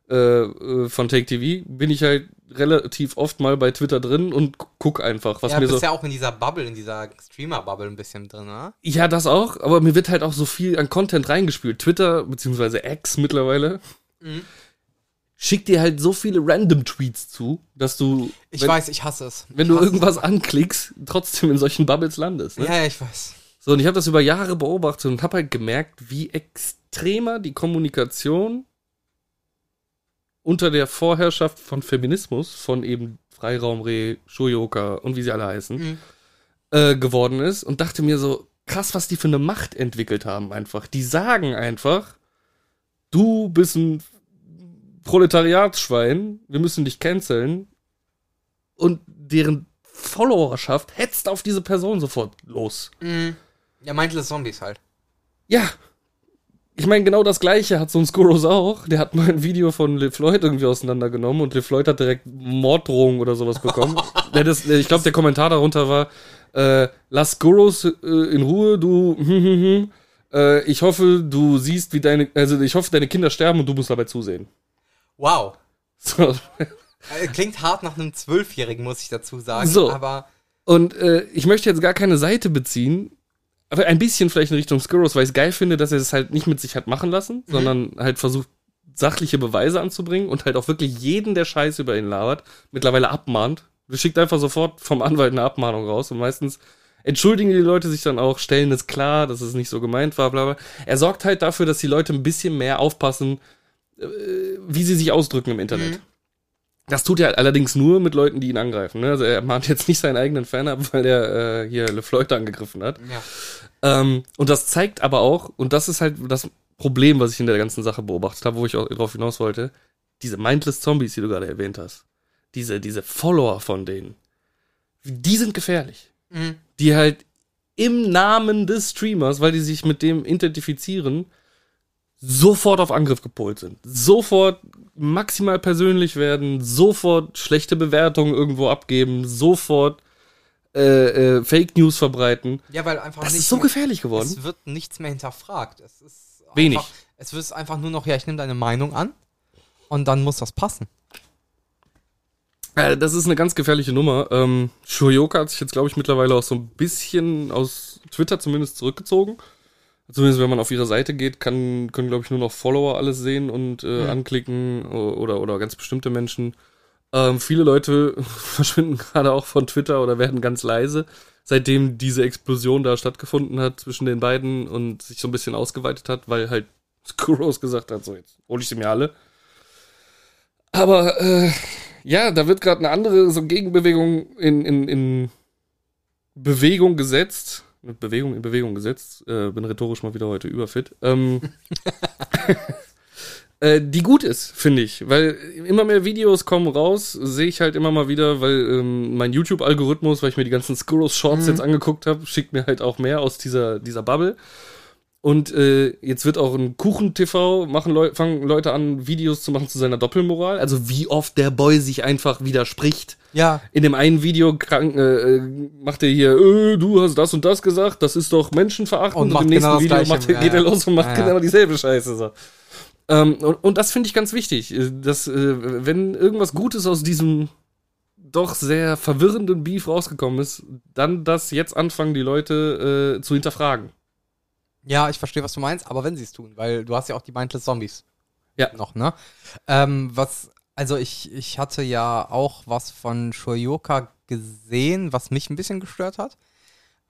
äh, äh, von Take TV, bin ich halt relativ oft mal bei Twitter drin und gu- guck einfach, was ja, mir bist so. ja auch in dieser Bubble, in dieser Streamer-Bubble ein bisschen drin, ne? Ja, das auch, aber mir wird halt auch so viel an Content reingespült. Twitter, beziehungsweise X mittlerweile, Mhm. schickt dir halt so viele random Tweets zu, dass du, Ich wenn, weiß, ich hasse es. wenn ich du hasse irgendwas anklickst, trotzdem in solchen Bubbles landest. es. Ne? Ja, ja, ich weiß. So, und ich habe das über Jahre beobachtet und habe halt gemerkt, wie extremer die Kommunikation unter der Vorherrschaft von Feminismus, von eben Freiraum, Reh, Shoyoka und wie sie alle heißen, Mhm. äh, geworden ist und dachte mir so, krass, was die für eine Macht entwickelt haben einfach. Die sagen einfach, du bist ein Proletariatsschwein, wir müssen dich canceln und deren Followerschaft hetzt auf diese Person sofort los. Mhm. Ja, Mindless Zombies halt. Ja. Ich meine, genau das gleiche hat so ein Skuros auch. Der hat mal ein Video von Le Floyd irgendwie auseinandergenommen und Le Floyd hat direkt Morddrohungen oder sowas bekommen. ja, das, ich glaube, der Kommentar darunter war, äh, lass Skuros äh, in Ruhe, du, hm, hm, hm. Äh, ich hoffe, du siehst, wie deine, also ich hoffe, deine Kinder sterben und du musst dabei zusehen. Wow. So. Äh, Klingt hart nach einem Zwölfjährigen, muss ich dazu sagen. So. Aber Und äh, ich möchte jetzt gar keine Seite beziehen, aber ein bisschen vielleicht in Richtung Skurros, weil ich es geil finde, dass er es halt nicht mit sich hat machen lassen, sondern halt versucht, sachliche Beweise anzubringen und halt auch wirklich jeden, der Scheiß über ihn labert, mittlerweile abmahnt. Schickt einfach sofort vom Anwalt eine Abmahnung raus und meistens entschuldigen die Leute sich dann auch, stellen es klar, dass es nicht so gemeint war, bla bla. Er sorgt halt dafür, dass die Leute ein bisschen mehr aufpassen, äh, wie sie sich ausdrücken im Internet. Das tut er halt allerdings nur mit Leuten, die ihn angreifen. Ne? Also er mahnt jetzt nicht seinen eigenen Fan ab, weil er äh, hier LeFloid angegriffen hat. ja. Ähm, und das zeigt aber auch, und das ist halt das Problem, was ich in der ganzen Sache beobachtet habe, wo ich auch drauf hinaus wollte, diese Mindless Zombies, die du gerade erwähnt hast, diese, diese Follower von denen, die sind gefährlich. Mhm. Die halt im Namen des Streamers, weil die sich mit dem identifizieren, sofort auf Angriff gepolt sind. Sofort maximal persönlich werden, sofort schlechte Bewertungen irgendwo abgeben, sofort äh, äh, Fake News verbreiten. ja, weil einfach Das nicht. ist so gefährlich geworden. es wird nichts mehr hinterfragt. Es ist Wenig. Einfach, es wird einfach nur noch, ja, ich nehme deine Meinung an und dann muss das passen. Äh, Das ist eine ganz gefährliche Nummer. Ähm, Shoyoka hat sich jetzt, glaube ich, mittlerweile auch so ein bisschen aus Twitter zumindest zurückgezogen. Zumindest wenn man auf ihre Seite geht, kann, können, glaube ich, nur noch Follower alles sehen und äh, anklicken o- oder, oder ganz bestimmte Menschen. Ähm, viele Leute verschwinden gerade auch von Twitter oder werden ganz leise, seitdem diese Explosion da stattgefunden hat zwischen den beiden und sich so ein bisschen ausgeweitet hat, weil halt Skuros gesagt hat, so jetzt hole ich sie mir alle. Aber äh, ja, da wird gerade eine andere so Gegenbewegung in, in, in Bewegung gesetzt. Mit Bewegung in Bewegung gesetzt. Äh, bin rhetorisch mal wieder heute überfit. Ähm, äh, die gut ist, finde ich. Weil immer mehr Videos kommen raus, sehe ich halt immer mal wieder, weil ähm, mein YouTube-Algorithmus, weil ich mir die ganzen Skurros-Shorts jetzt angeguckt habe, schickt mir halt auch mehr aus dieser, dieser Bubble. Und äh, jetzt wird auch ein Kuchen-TV, machen Leu fangen Leute an, Videos zu machen zu seiner Doppelmoral. Also wie oft der Boy sich einfach widerspricht. Ja. In dem einen Video krank, äh, äh, macht er hier, äh, du hast das und das gesagt, das ist doch menschenverachtend. Und Und, macht im nächsten genau das Video Gleiche. macht, er- Ja, geht er ja. los und macht Ja, ja. genau dieselbe Scheiße. So. Ähm, und, und das finde ich ganz wichtig, äh, dass äh, wenn irgendwas Gutes aus diesem doch sehr verwirrenden Beef rausgekommen ist, dann das jetzt anfangen, die Leute äh, zu hinterfragen. Ja, ich verstehe, was du meinst, aber wenn sie es tun, weil du hast ja auch die Mindless Zombies. Ja. Noch, ne? Ähm, was, also ich, ich hatte ja auch was von Shoyoka gesehen, was mich ein bisschen gestört hat.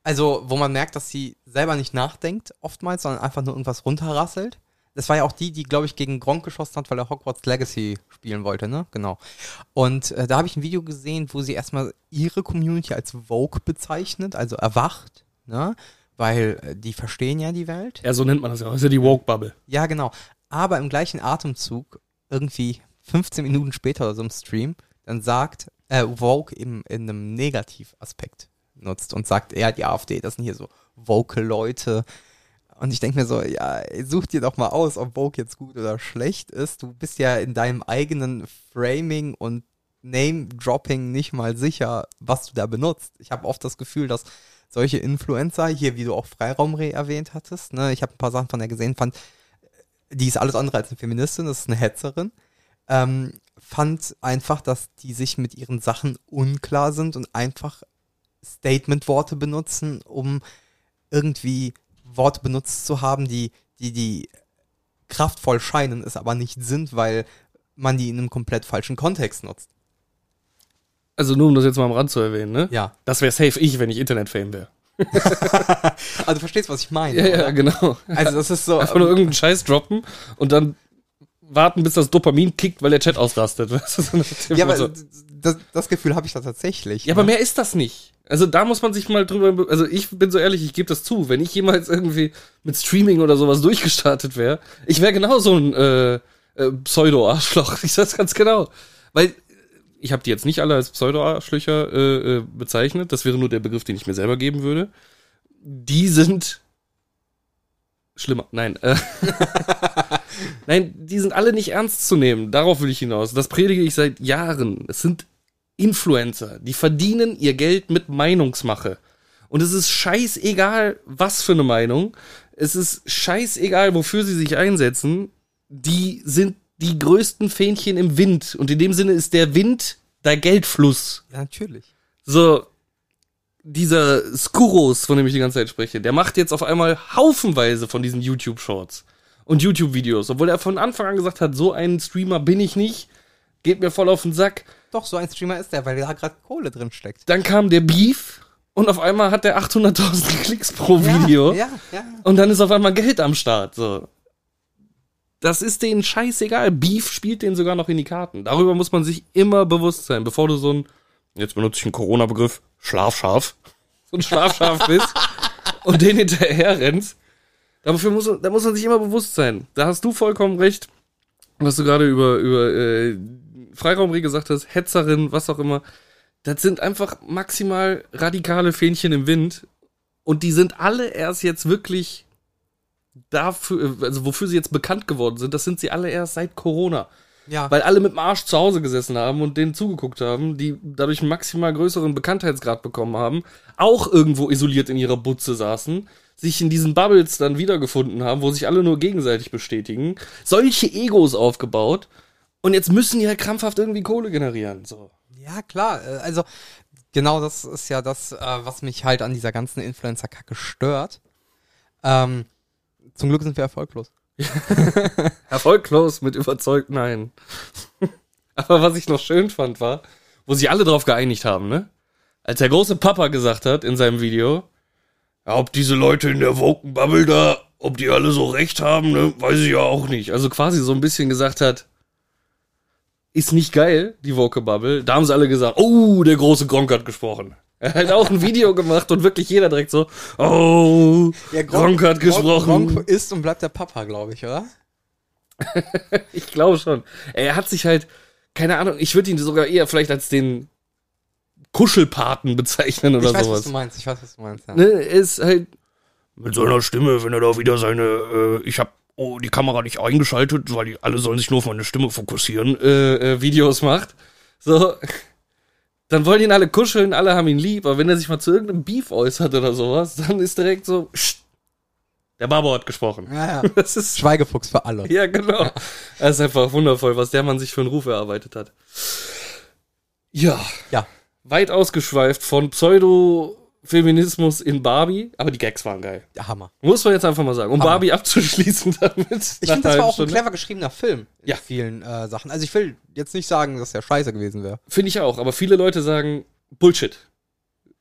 Also, wo man merkt, dass sie selber nicht nachdenkt, oftmals, sondern einfach nur irgendwas runterrasselt. Das war ja auch die, die, glaube ich, gegen Gronk geschossen hat, weil er Hogwarts Legacy spielen wollte, ne? Genau. Und äh, da habe ich ein Video gesehen, wo sie erstmal ihre Community als Vogue bezeichnet, also erwacht, ne? Weil äh, die verstehen ja die Welt. Ja, so nennt man das ja auch. Das ist ja die Woke-Bubble. Ja, genau. Aber im gleichen Atemzug, irgendwie 15 Minuten später oder so im Stream, dann sagt, äh, Vogue im, in einem Negativaspekt nutzt und sagt, ja, die AfD, das sind hier so woke Leute Und ich denke mir so, ja, such dir doch mal aus, ob Vogue jetzt gut oder schlecht ist. Du bist ja in deinem eigenen Framing und Name-Dropping nicht mal sicher, was du da benutzt. Ich habe oft das Gefühl, dass solche Influencer, hier wie du auch Freiraumreh erwähnt hattest, ne, ich habe ein paar Sachen von der gesehen, fand, die ist alles andere als eine Feministin, das ist eine Hetzerin, ähm, fand einfach, dass die sich mit ihren Sachen unklar sind und einfach Statement-Worte benutzen, um irgendwie Worte benutzt zu haben, die, die, die kraftvoll scheinen, es aber nicht sind, weil man die in einem komplett falschen Kontext nutzt. Also nur um das jetzt mal am Rand zu erwähnen, ne? Ja. Das wäre safe ich, wenn ich Internet-Fame wäre. Also du verstehst, was ich meine. Ja, ja, oder? genau. Also das ist so. Einfach nur irgendeinen Scheiß droppen und dann warten, bis das Dopamin kickt, weil der Chat ausrastet. Weißt du, so nach dem ähm, ja, aber Motto. das, das Gefühl habe ich da tatsächlich. Ja, aber mehr ist das nicht. Also da muss man sich mal drüber. be- Also ich bin so ehrlich, ich gebe das zu. Wenn ich jemals irgendwie mit Streaming oder sowas durchgestartet wäre, ich wäre genau so ein äh, äh, Pseudo-Arschloch. Ich sag's ganz genau. Weil ich habe die jetzt nicht alle als Pseudo-Arschlöcher äh, äh, bezeichnet. Das wäre nur der Begriff, den ich mir selber geben würde. Die sind schlimmer. Nein. Äh, Nein, die sind alle nicht ernst zu nehmen. Darauf will ich hinaus. Das predige ich seit Jahren. Es sind Influencer, die verdienen ihr Geld mit Meinungsmache. Und es ist scheißegal, was für eine Meinung. Es ist scheißegal, wofür sie sich einsetzen. Die sind die größten Fähnchen im Wind. Und in dem Sinne ist der Wind der Geldfluss. Ja, natürlich. So, dieser Skuros, von dem ich die ganze Zeit spreche, der macht jetzt auf einmal haufenweise von diesen YouTube-Shorts und YouTube-Videos. Obwohl er von Anfang an gesagt hat, so ein Streamer bin ich nicht. Geht mir voll auf den Sack. Doch, so ein Streamer ist der, weil da gerade Kohle drin steckt. Dann kam der Beef und auf einmal hat der 800.000 Klicks pro Video. Ja, ja, ja. Und dann ist auf einmal Geld am Start. So. Das ist denen scheißegal. Beef spielt denen sogar noch in die Karten. Darüber muss man sich immer bewusst sein, bevor du so ein, jetzt benutze ich einen Corona-Begriff, Schlafschaf, so ein Schlafschaf bist und den hinterher rennst. Dafür muss, da muss man sich immer bewusst sein. Da hast du vollkommen recht, was du gerade über, über äh, Freiraumrie gesagt hast, Hetzerin, was auch immer. Das sind einfach maximal radikale Fähnchen im Wind und die sind alle erst jetzt wirklich dafür, also wofür sie jetzt bekannt geworden sind, das sind sie alle erst seit Corona. ja. Weil alle mit dem Arsch zu Hause gesessen haben und denen zugeguckt haben, die dadurch einen maximal größeren Bekanntheitsgrad bekommen haben, auch irgendwo isoliert in ihrer Butze saßen, sich in diesen Bubbles dann wiedergefunden haben, wo sich alle nur gegenseitig bestätigen, solche Egos aufgebaut und jetzt müssen die halt krampfhaft irgendwie Kohle generieren. So. Ja, klar. äh, Also, genau das ist ja das, äh, was mich halt an dieser ganzen Influencer-Kacke stört. Ähm, zum Glück sind wir erfolglos. Erfolglos mit überzeugt nein. Aber was ich noch schön fand war, wo sich alle drauf geeinigt haben, ne? Als der große Papa gesagt hat in seinem Video, ja, ob diese Leute in der Woken Bubble da, ob die alle so recht haben, ne, weiß ich ja auch nicht. Also quasi so ein bisschen gesagt hat, ist nicht geil, die Woke Bubble. Da haben sie alle gesagt, oh, der große Gronk hat gesprochen. Er hat halt auch ein Video gemacht und wirklich jeder direkt so, oh, Gronk hat gesprochen. Gronk ist und bleibt der Papa, glaube ich, oder? Ich glaube schon. Er hat sich halt, keine Ahnung, ich würde ihn sogar eher vielleicht als den Kuschelpaten bezeichnen oder ich weiß, was sowas. du meinst. Ich weiß, was du meinst. Ja. Ne, er ist halt, mit seiner Stimme, wenn er da wieder seine, äh, ich habe oh, die Kamera nicht eingeschaltet, weil die alle sollen sich nur auf meine Stimme fokussieren. äh, äh, Videos macht. So, dann wollen ihn alle kuscheln, alle haben ihn lieb, aber wenn er sich mal zu irgendeinem Beef äußert oder sowas, dann ist direkt so, "Psst, der Babo hat gesprochen. Ja, ja. Das ist, Schweigefuchs für alle. ja genau. Das ist einfach wundervoll, was der Mann sich für einen Ruf erarbeitet hat. Ja. Ja. weit ausgeschweift von Pseudo-Feminismus in Barbie, aber die Gags waren geil. Der Hammer. Muss man jetzt einfach mal sagen. Um Hammer. Barbie abzuschließen damit. Ich nach finde, das einer war halben auch Stunde. ein clever geschriebener Film in Ja. vielen äh, Sachen. Also ich will jetzt nicht sagen, dass der scheiße gewesen wäre. Finde ich auch, aber viele Leute sagen Bullshit.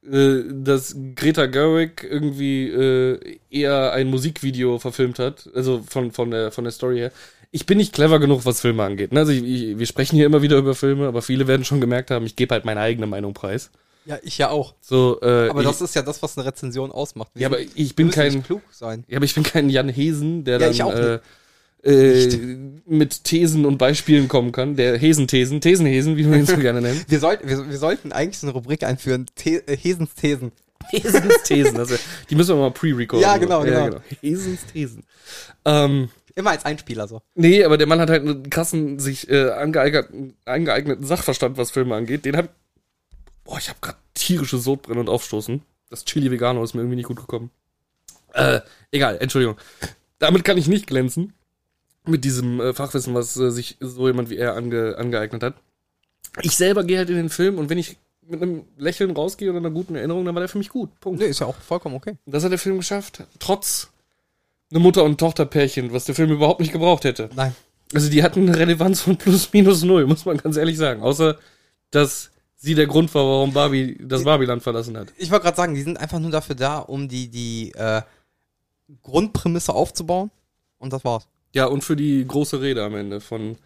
Äh, Dass Greta Gerwig irgendwie äh, eher ein Musikvideo verfilmt hat, also von, von, der, von der Story her. Ich bin nicht clever genug, was Filme angeht. ne? Also ich, ich, wir sprechen hier immer wieder über Filme, aber viele werden schon gemerkt haben, ich gebe halt meine eigene Meinung preis. Ja, ich ja auch. So, äh, Aber ich, das ist ja das, was eine Rezension ausmacht. Wir ja, sind- aber ich wir bin müssen kein nicht klug sein. Ja, aber ich bin kein Jan Hesen, der Ja, dann ich auch äh, äh, mit Thesen und Beispielen kommen kann. Der Hesenthesen, Thesenhesen, wie man ihn so gerne nennt. Wir, sollten wir, wir sollten eigentlich so eine Rubrik einführen, The äh, Hesens Thesen. Hesens Thesen. Also, die müssen wir mal pre-recorden. Ja, genau, genau. Hesens Thesen. Ähm, Immer als Einspieler so. nee, aber der Mann hat halt einen krassen, sich äh, angeeigneten, angeeigneten Sachverstand, was Filme angeht. Den hab. Boah, ich hab grad tierische Sodbrennen und Aufstoßen. Das Chili Vegano ist mir irgendwie nicht gut gekommen. Äh, egal, Entschuldigung. Damit kann ich nicht glänzen. Mit diesem äh, Fachwissen, was äh, sich so jemand wie er ange, angeeignet hat. Ich selber gehe halt in den Film und wenn ich mit einem Lächeln rausgehe oder einer guten Erinnerung, dann war der für mich gut. Punkt. Nee, ist ja auch vollkommen okay. Und das hat der Film geschafft. Trotz eine Mutter- und Tochterpärchen, was der Film überhaupt nicht gebraucht hätte. Nein. Also die hatten eine Relevanz von plus minus null, muss man ganz ehrlich sagen. Außer, dass sie der Grund war, warum Barbie das Barbieland verlassen hat. Ich wollte gerade sagen, die sind einfach nur dafür da, um die, die äh, Grundprämisse aufzubauen. Und das war's. Ja, und für die große Rede am Ende von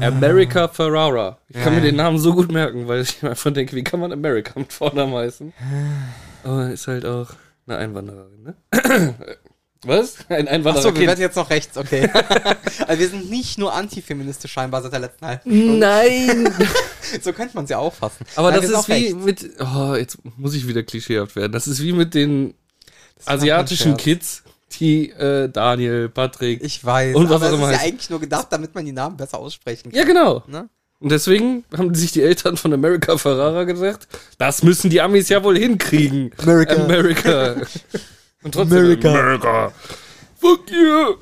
America Ferrara. Ich kann mir den Namen so gut merken, weil ich mir einfach denke, wie kann man America mit Vornamen heißen? Aber ist halt auch eine Einwandererin, ne? Was? Ein Einwanderer. Achso, wir werden jetzt noch rechts, okay. also wir sind nicht nur antifeministisch scheinbar seit der letzten halben. Mhm. Nein! So könnte man es ja auffassen. Aber Nein, das wir sind ist auch wie rechts. mit. Oh, jetzt muss ich wieder klischeehaft werden. Das ist wie mit den Das war asiatischen ein Scherz. Kids, die äh, Daniel, Patrick. Ich weiß. Und was auch das ist immer ja heißt. eigentlich nur gedacht, damit man die Namen besser aussprechen kann. ja, genau. Ne? Und deswegen haben sich die Eltern von America Ferrara gesagt, das müssen die Amis ja wohl hinkriegen. America. America. Und trotzdem. America. America. Fuck you.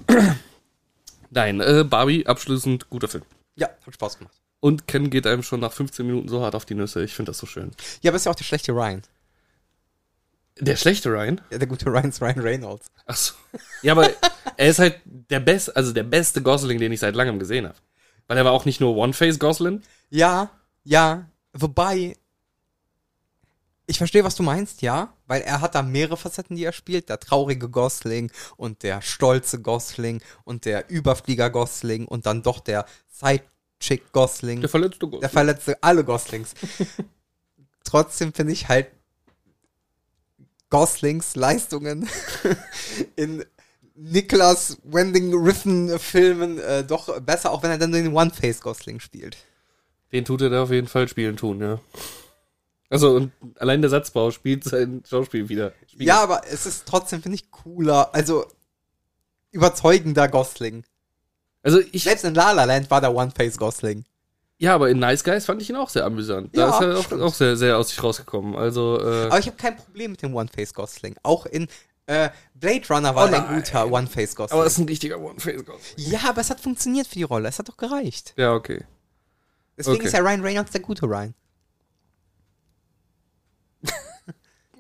Nein, äh, Barbie, abschließend guter Film. Ja, hat Spaß gemacht. Und Ken geht einem schon nach 15 Minuten so hart auf die Nüsse. Ich finde das so schön. Ja, aber ist ja auch der schlechte Ryan. Der schlechte Ryan. Ja, der gute Ryan ist Ryan Reynolds. Ach so. Ja, aber er ist halt der beste, also der beste Gosling, den ich seit langem gesehen habe. Weil er war auch nicht nur One-Face Gosling. Ja, ja. Wobei, ich verstehe, was du meinst, ja. Weil er hat da mehrere Facetten, die er spielt. Der traurige Gosling und der stolze Gosling und der Überflieger Gosling und dann doch der Sidechick Gosling. Der verletzte Der Gosling. verletzte alle Goslings. Trotzdem finde ich halt Goslings Leistungen in Niklas Wending Riffen Filmen äh, doch besser, auch wenn er dann den One-Face Gosling spielt. Den tut er da auf jeden Fall spielen tun, ja. Also, und allein der Satzbau spielt sein Schauspiel wieder. Spiegel. Ja, aber es ist trotzdem, finde ich, cooler, also überzeugender Gosling. Also, ich, Selbst in La La Land war der One-Face Gosling. ja, aber in Nice Guys fand ich ihn auch sehr amüsant. Da Ja, ist er auch, stimmt. auch sehr, sehr aus sich rausgekommen. Also, äh, Aber ich habe kein Problem mit dem One-Face Gosling. Auch in äh, Blade Runner war Oh er ein nein. guter One-Face Gosling. aber es ist ein richtiger One-Face Gosling. ja, aber es hat funktioniert für die Rolle. Es hat doch gereicht. Ja, okay. Deswegen Okay. ist ja Ryan Reynolds der gute Ryan.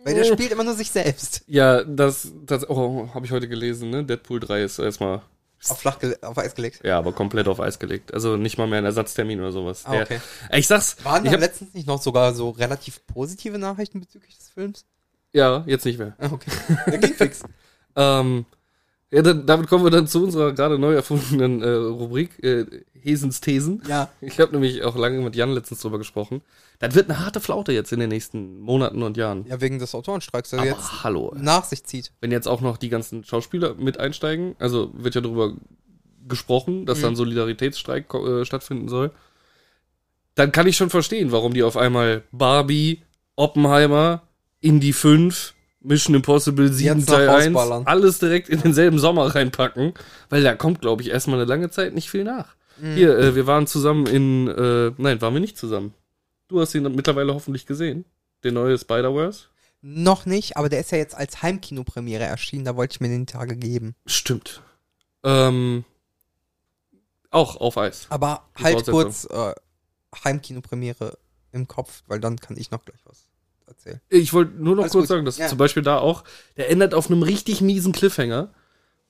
Weil der spielt immer nur sich selbst. Ja, das, das, oh, habe ich heute gelesen, ne? Deadpool 3 ist erstmal Auf, flach gele- auf Eis gelegt. Ja, aber komplett auf Eis gelegt. Also nicht mal mehr ein Ersatztermin oder sowas. Ah, Der- okay. Ich sag's. Waren ich da hab, letztens nicht noch sogar so relativ positive Nachrichten bezüglich des Films? ja, jetzt nicht mehr. Ah, Okay. Der ging fix. Ähm, ja, dann, damit kommen wir dann zu unserer gerade neu erfundenen äh, Rubrik äh, Hesens Thesen. Ja. Ich habe nämlich auch lange mit Jan letztens drüber gesprochen. Das wird eine harte Flaute jetzt in den nächsten Monaten und Jahren. Ja, wegen des Autorenstreiks, der aber jetzt hallo. nach sich zieht. wenn jetzt auch noch die ganzen Schauspieler mit einsteigen, also wird ja darüber gesprochen, dass dann Solidaritätsstreik ko- äh, stattfinden soll, dann kann ich schon verstehen, warum die auf einmal Barbie, Oppenheimer, Indie 5, Mission Impossible 7 Jetzt noch Teil 1, rausballern. alles direkt in denselben Sommer reinpacken, weil da kommt, glaube ich, erstmal eine lange Zeit nicht viel nach. Mhm. Hier, äh, wir waren zusammen in, äh, nein, waren wir nicht zusammen. Du hast ihn mittlerweile hoffentlich gesehen, den neue Spider-Verse. Noch nicht, aber der ist ja jetzt als Heimkinopremiere erschienen. Da wollte ich mir den Tage geben. Stimmt. Ähm, auch auf Eis. Aber Die halt kurz Fortsetzung. äh, Heimkinopremiere im Kopf, weil dann kann ich noch gleich was erzählen. Ich wollte nur noch Alles kurz gut. sagen, dass Ja. zum Beispiel da auch, der endet auf einem richtig miesen Cliffhanger.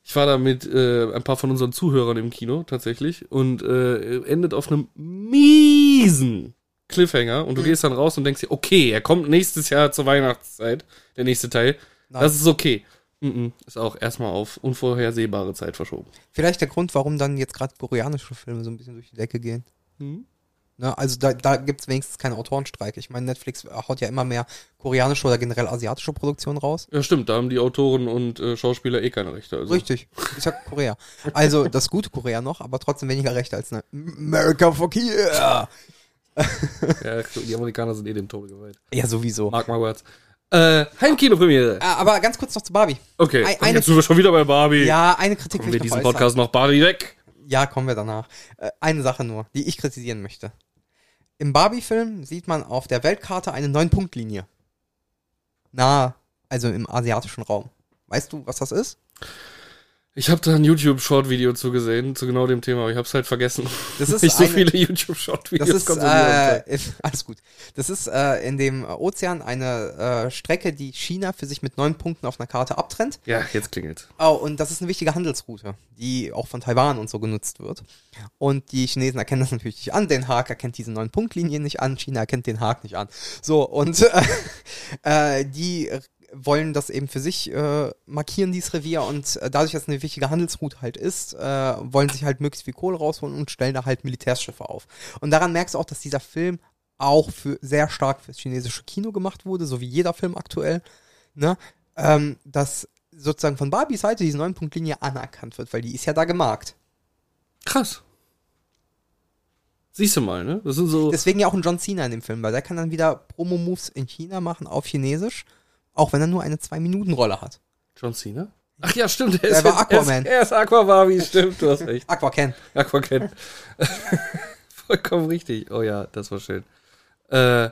Ich war da mit äh, ein paar von unseren Zuhörern im Kino tatsächlich und äh, endet auf einem miesen Cliffhanger Mhm. und du gehst dann raus und denkst dir, okay, er kommt nächstes Jahr zur Weihnachtszeit, der nächste Teil. Nein. Das ist okay. Mhm, ist auch erstmal auf unvorhersehbare Zeit verschoben. Vielleicht der Grund, warum dann jetzt gerade koreanische Filme so ein bisschen durch die Decke gehen. Mhm. Ne? Also da, da gibt es wenigstens keinen Autorenstreik. Ich meine, Netflix haut ja immer mehr koreanische oder generell asiatische Produktionen raus. Ja, stimmt, da haben die Autoren und äh, Schauspieler eh keine Rechte. Also. Richtig, ich sag Korea. Also das gute Korea noch, aber trotzdem weniger Rechte als eine America fuck yeah. Ja, die Amerikaner sind eh dem Tode geweiht. Ja, sowieso. Mark my words. Äh, Heimkinopremiere. Äh, aber ganz kurz noch zu Barbie. Okay, Ei- eine, eine- jetzt sind wir schon wieder bei Barbie. Ja, eine Kritik Kommen wir diesen äußern. Podcast noch Barbie weg. Ja, kommen wir danach. Äh, eine Sache nur, die ich kritisieren möchte. Im Barbie-Film sieht man auf der Weltkarte eine Neun-Punkt-Linie. Na, also im asiatischen Raum. Weißt du, was das ist? Ich habe da ein YouTube-Short-Video zu gesehen, zu genau dem Thema, aber ich habe es halt vergessen. Das ist nicht so eine- viele YouTube-Short-Videos Das ist, konsumieren kann. äh, if- alles gut. Das ist äh, in dem Ozean eine äh, Strecke, die China für sich mit neun Punkten auf einer Karte abtrennt. Ja, jetzt klingelt. Oh, und das ist eine wichtige Handelsroute, die auch von Taiwan und so genutzt wird. Und die Chinesen erkennen das natürlich nicht an. Den Haag erkennt diese neuen Punktlinien nicht an. China erkennt den Haag nicht an. So, und äh, äh, die wollen das eben für sich äh, markieren, dieses Revier. Und äh, dadurch, dass es eine wichtige Handelsroute halt ist, äh, wollen sich halt möglichst viel Kohle rausholen und stellen da halt Militärschiffe auf. Und daran merkst du auch, dass dieser Film auch für sehr stark fürs chinesische Kino gemacht wurde, so wie jeder Film aktuell. Ne? ähm, dass sozusagen von Barbies Seite diese 9-Punkt-Linie anerkannt wird, weil die ist ja da gemarkt. Krass. Siehst du mal, ne? Das sind so. Deswegen ja auch ein John Cena in dem Film, weil der kann dann wieder Promo-Moves in China machen auf Chinesisch, auch wenn er nur eine 2-Minuten-Rolle hat. John Cena? Ach ja, stimmt. Er Er war er ist, Aquaman. er ist Aquabarbie, stimmt, du hast recht. Aqua Ken. Aquacan. Vollkommen richtig. Oh ja, das war schön. Äh,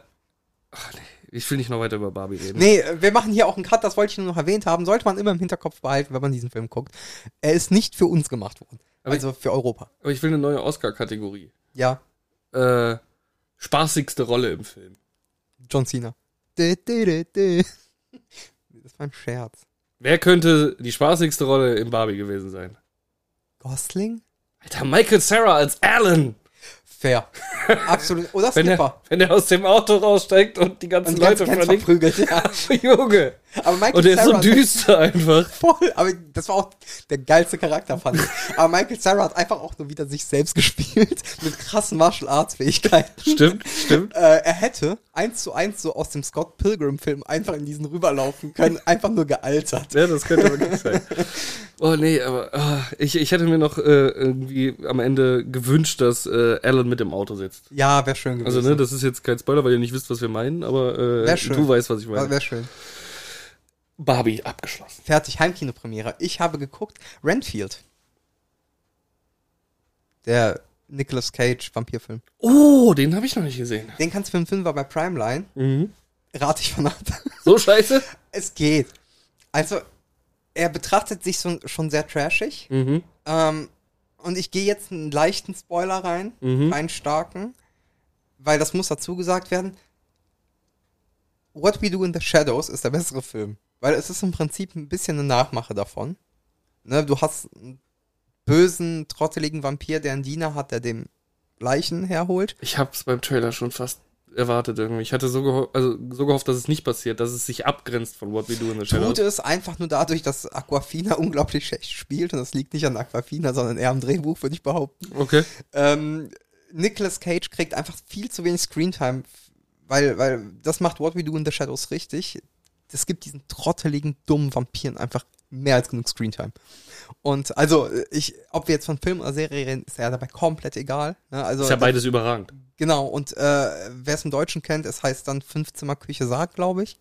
ach nee, ich will nicht noch weiter über Barbie reden. Nee, äh, wir machen hier auch einen Cut, das wollte ich nur noch erwähnt haben. Sollte man immer im Hinterkopf behalten, wenn man diesen Film guckt. Er ist nicht für uns gemacht worden. Aber also für Europa. Aber ich will eine neue Oscar-Kategorie. Ja, Äh, spaßigste Rolle im Film. John Cena. Dü, dü, dü, dü. Das war ein Scherz. Wer könnte die spaßigste Rolle in Barbie gewesen sein? Gosling? Alter, Michael Sarah als Alan. Fair. Absolut. Oder Wenn er, Skipper. wenn er aus dem Auto raussteigt und die ganzen Und Leute ganz, ganz verlinkt. verprügelt. Ja. Junge. Aber Michael ne? Und der ist so Cera- düster einfach. Voll, aber das war auch der geilste Charakter, fand ich. Aber Michael Sarah hat einfach auch nur wieder sich selbst gespielt, mit krassen Martial Arts Fähigkeiten. Stimmt, stimmt. Äh, er hätte eins zu eins so aus dem Scott Pilgrim Film einfach in diesen rüberlaufen können, einfach nur gealtert. Ja, das könnte wirklich sein. Oh nee, aber ah, ich, ich hätte mir noch äh, irgendwie am Ende gewünscht, dass äh, Alan mit im Auto sitzt. Ja, wäre schön gewesen. Also ne, das ist jetzt kein Spoiler, weil ihr nicht wisst, was wir meinen, aber äh, Wär schön. du weißt, was ich meine. wäre schön. Barbie abgeschlossen. Fertig, Heimkinopremiere. Ich habe geguckt, Renfield. Der Nicolas Cage Vampirfilm. Oh, den habe ich noch nicht gesehen. Den kannst du für einen Fünfer bei Primeline. Mhm. Rate ich von ab. So scheiße? Es geht. Also, er betrachtet sich so, schon sehr trashig. Mhm. Ähm, und ich gehe jetzt einen leichten Spoiler rein, einen starken, weil das muss dazu gesagt werden. What We Do in the Shadows ist der bessere Film, weil es ist im Prinzip ein bisschen eine Nachmache davon. Ne, du hast einen bösen, trotteligen Vampir, der einen Diener hat, der dem Leichen herholt. Ich habe es beim Trailer schon fast erwartet irgendwie. Ich hatte so, geho also, so gehofft, dass es nicht passiert, dass es sich abgrenzt von What We Do in the tut Shadows. es einfach nur dadurch, dass Aquafina unglaublich schlecht spielt und das liegt nicht an Aquafina, sondern eher am Drehbuch, würde ich behaupten. Okay. Ähm, Nicolas Cage kriegt einfach viel zu wenig Screentime, f- weil, weil das macht What We Do in the Shadows richtig. Es gibt diesen trotteligen, dummen Vampiren einfach mehr als genug Screentime. Und also, ich, ob wir jetzt von Film oder Serie reden, ist ja dabei komplett egal. Ne? Also, Ist ja beides überragend. genau, und äh, wer es im Deutschen kennt, es heißt dann Fünfzimmerküche Sarg, glaube ich,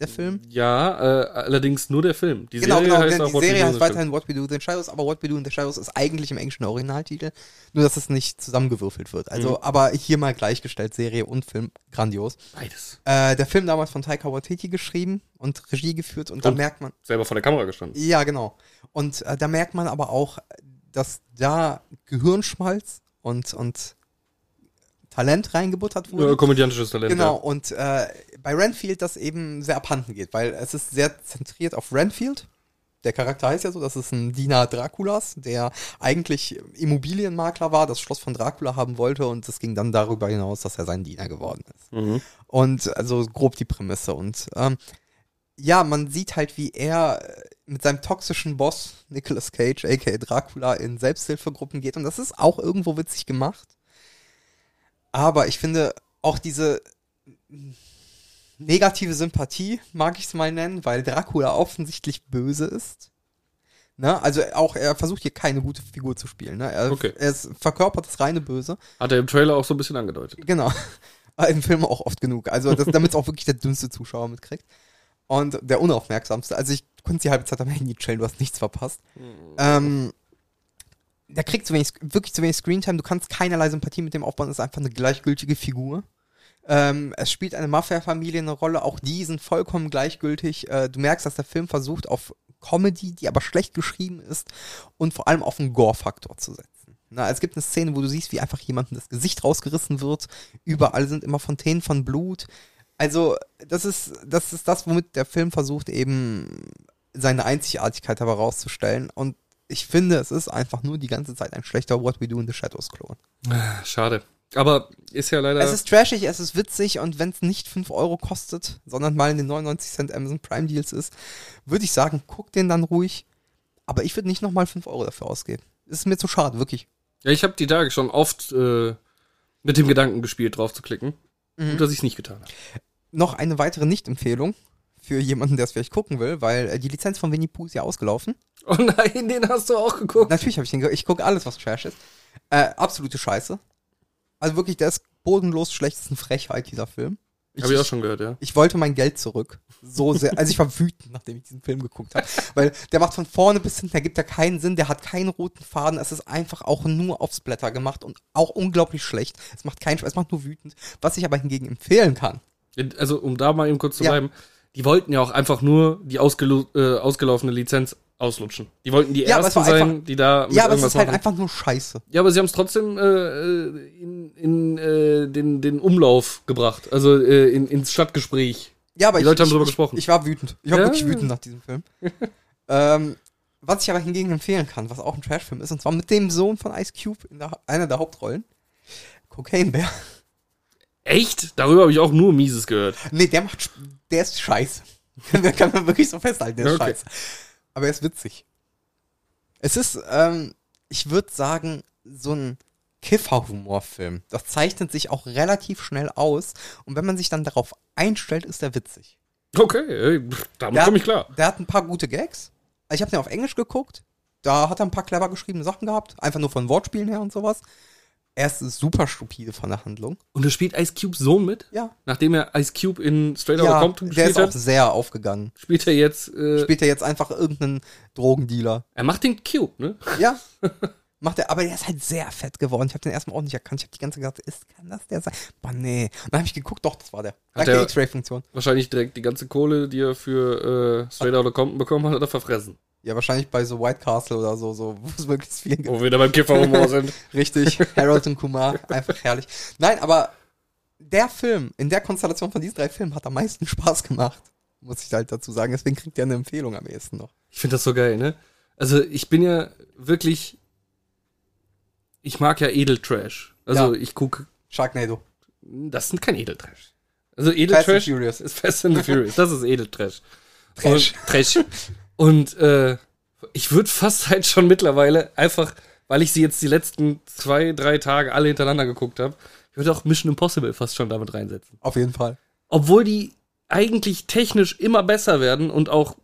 der Film. Ja, äh, allerdings nur der Film. Die Genau, Serie genau. heißt denn auch What die Serie We Do in the heißt Shadows. weiterhin What We Do in the Shadows, aber What We Do in the Shadows ist eigentlich im englischen Originaltitel, nur dass es nicht zusammengewürfelt wird. Mhm. Also, aber hier mal gleichgestellt, Serie und Film, grandios. Beides. Äh, der Film damals von Taika Waititi geschrieben und Regie geführt und da Und- merkt man, Selber vor der Kamera gestanden. ja, genau. Und äh, da merkt man aber auch, dass da Gehirnschmalz und, und Talent reingebuttert wurde. Ja, komödiantisches Talent. Genau, und äh, bei Renfield das eben sehr abhanden geht, weil es ist sehr zentriert auf Renfield. Der Charakter heißt ja so, das ist ein Diener Draculas, der eigentlich Immobilienmakler war, das Schloss von Dracula haben wollte und es ging dann darüber hinaus, dass er sein Diener geworden ist. Ja. Mhm. Und also grob die Prämisse. Und ähm, ja, man sieht halt, wie er äh, mit seinem toxischen Boss Nicolas Cage, aka Dracula, in Selbsthilfegruppen geht. Und das ist auch irgendwo witzig gemacht. Aber ich finde auch diese negative Sympathie, mag ich es mal nennen, weil Dracula offensichtlich böse ist. Ne? Also auch er versucht hier keine gute Figur zu spielen. Ne? Er, Okay. er ist, verkörpert das reine Böse. Hat er im Trailer auch so ein bisschen angedeutet. Genau. Im Film auch oft genug. Also, damit es auch wirklich der dümmste Zuschauer mitkriegt. und der unaufmerksamste. Also ich konnte die halbe Zeit am Handy chillen, du hast nichts verpasst. Ähm, der kriegt zu wenig, wirklich zu wenig Screentime. Du kannst keinerlei Sympathie mit dem aufbauen. Das ist einfach eine gleichgültige Figur. Ähm, es spielt eine Mafia-Familie eine Rolle. Auch die sind vollkommen gleichgültig. Äh, du merkst, dass der Film versucht, auf Comedy, die aber schlecht geschrieben ist, und vor allem auf einen Gore-Faktor zu setzen. Na, es gibt eine Szene, wo du siehst, wie einfach jemandem das Gesicht rausgerissen wird. Überall sind immer Fontänen von Blut. Also, das ist, das ist das, womit der Film versucht, eben seine Einzigartigkeit aber rauszustellen. Und ich finde, es ist einfach nur die ganze Zeit ein schlechter What We Do in the Shadows-Klon. Schade. Aber ist ja leider. Es ist trashig, es ist witzig und wenn es nicht 5 Euro kostet, sondern mal in den 99 Cent Amazon Prime Deals ist, würde ich sagen, guck den dann ruhig. Aber ich würde nicht nochmal 5 Euro dafür ausgeben. Ist mir zu schade, wirklich. ja, ich habe die Tage schon oft äh, mit dem Gedanken gespielt, drauf zu klicken. Mhm. Gut, dass ich es nicht getan habe. Noch eine weitere Nicht-Empfehlung für jemanden, der es vielleicht gucken will, weil äh, die Lizenz von Winnie Pooh ist ja ausgelaufen. Oh nein, den hast du auch geguckt. Natürlich habe ich den. ge- Ich gucke alles, was Trash ist. Äh, absolute Scheiße. Also wirklich, der ist bodenlos schlecht. Das ist eine Frechheit, dieser Film. Habe ich auch schon gehört, ja. Ich wollte mein Geld zurück. So sehr. Also ich war wütend, nachdem ich diesen Film geguckt habe. Weil der macht von vorne bis hinten, der gibt ja keinen Sinn, der hat keinen roten Faden. Es ist einfach auch nur aufs Blätter gemacht und auch unglaublich schlecht. Es macht keinen Spaß, es macht nur wütend. Was ich aber hingegen empfehlen kann. Also, um da mal eben kurz zu Ja. bleiben, die wollten ja auch einfach nur die ausgelu äh, ausgelaufene Lizenz auslutschen. Die wollten die Ja, aber es ersten war sein, einfach- die da mit Ja, aber es irgendwas ist halt machen. einfach nur scheiße. Ja, aber sie haben es trotzdem äh, äh, in, in äh, den, den Umlauf gebracht, also äh, in, ins Stadtgespräch. Ja, aber Die ich, Leute haben ich, drüber ich, gesprochen. Ich war wütend. Ich war Ja. wirklich wütend nach diesem Film. ähm, was ich aber hingegen empfehlen kann, was auch ein Trashfilm ist, und zwar mit dem Sohn von Ice Cube in der, einer der Hauptrollen. Cocaine Bear. Echt? Darüber habe ich auch nur Mieses gehört. Nee, der macht, sch- der ist scheiße. Der kann man wirklich so festhalten, der ist Okay. scheiße. Aber er ist witzig. Es ist, ähm, ich würde sagen, so ein Kiffer-Humorfilm. Das zeichnet sich auch relativ schnell aus. Und wenn man sich dann darauf einstellt, ist er witzig. Okay, ey, pff, damit Der komme hat- ich klar. Der hat ein paar gute Gags. Ich habe den auf Englisch geguckt. Da hat er ein paar clever geschriebene Sachen gehabt. Einfach nur von Wortspielen her und sowas. Er ist super stupide von der Handlung. Und da spielt Ice Cube Sohn mit? Ja. Nachdem er Ice Cube in Straight Outta ja Compton der gespielt ist auch hat, sehr aufgegangen. spielt er jetzt. Äh, Spielt er jetzt einfach irgendeinen Drogendealer. er macht den Cube, ne? Ja. Macht er, aber der ist halt sehr fett geworden. Ich habe den erstmal auch nicht erkannt. Ich habe die ganze Zeit gedacht, ist, kann das der sein? Boah, nee. Und dann habe ich geguckt, doch, das war der. Dank er- der X-Ray-Funktion. Wahrscheinlich direkt die ganze Kohle, die er für äh, Straight Outta Compton bekommen hat, hat er verfressen. Ja, wahrscheinlich bei so White Castle oder so, so wo es wirklich viel gibt. Wo wir wieder beim Kifferhumor sind. Richtig, Harold und Kumar, einfach herrlich. Nein, aber der Film, in der Konstellation von diesen drei Filmen hat am meisten Spaß gemacht, muss ich halt dazu sagen. Deswegen kriegt er eine Empfehlung am ehesten noch. Ich finde das so geil, ne? Also ich bin ja wirklich. Ich mag ja Edeltrash. Also ich gucke. Sharknado. Das sind kein Edeltrash. Also Fast and Edeltrash Furious. ist Fast and the Furious. Das ist Edeltrash. Trash. Und, Trash. Und äh, ich würde fast halt schon mittlerweile einfach, weil ich sie jetzt die letzten zwei, drei Tage alle hintereinander geguckt habe, ich würde auch Mission Impossible fast schon damit reinsetzen Auf jeden Fall. obwohl die eigentlich technisch immer besser werden und auch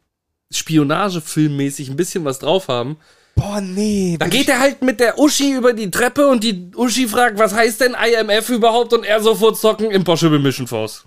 spionagefilmmäßig ein bisschen was drauf haben. Boah, nee. Da geht er halt mit der Uschi über die Treppe und die Uschi fragt, was heißt denn IMF überhaupt? Und er sofort zocken, Impossible Mission Force.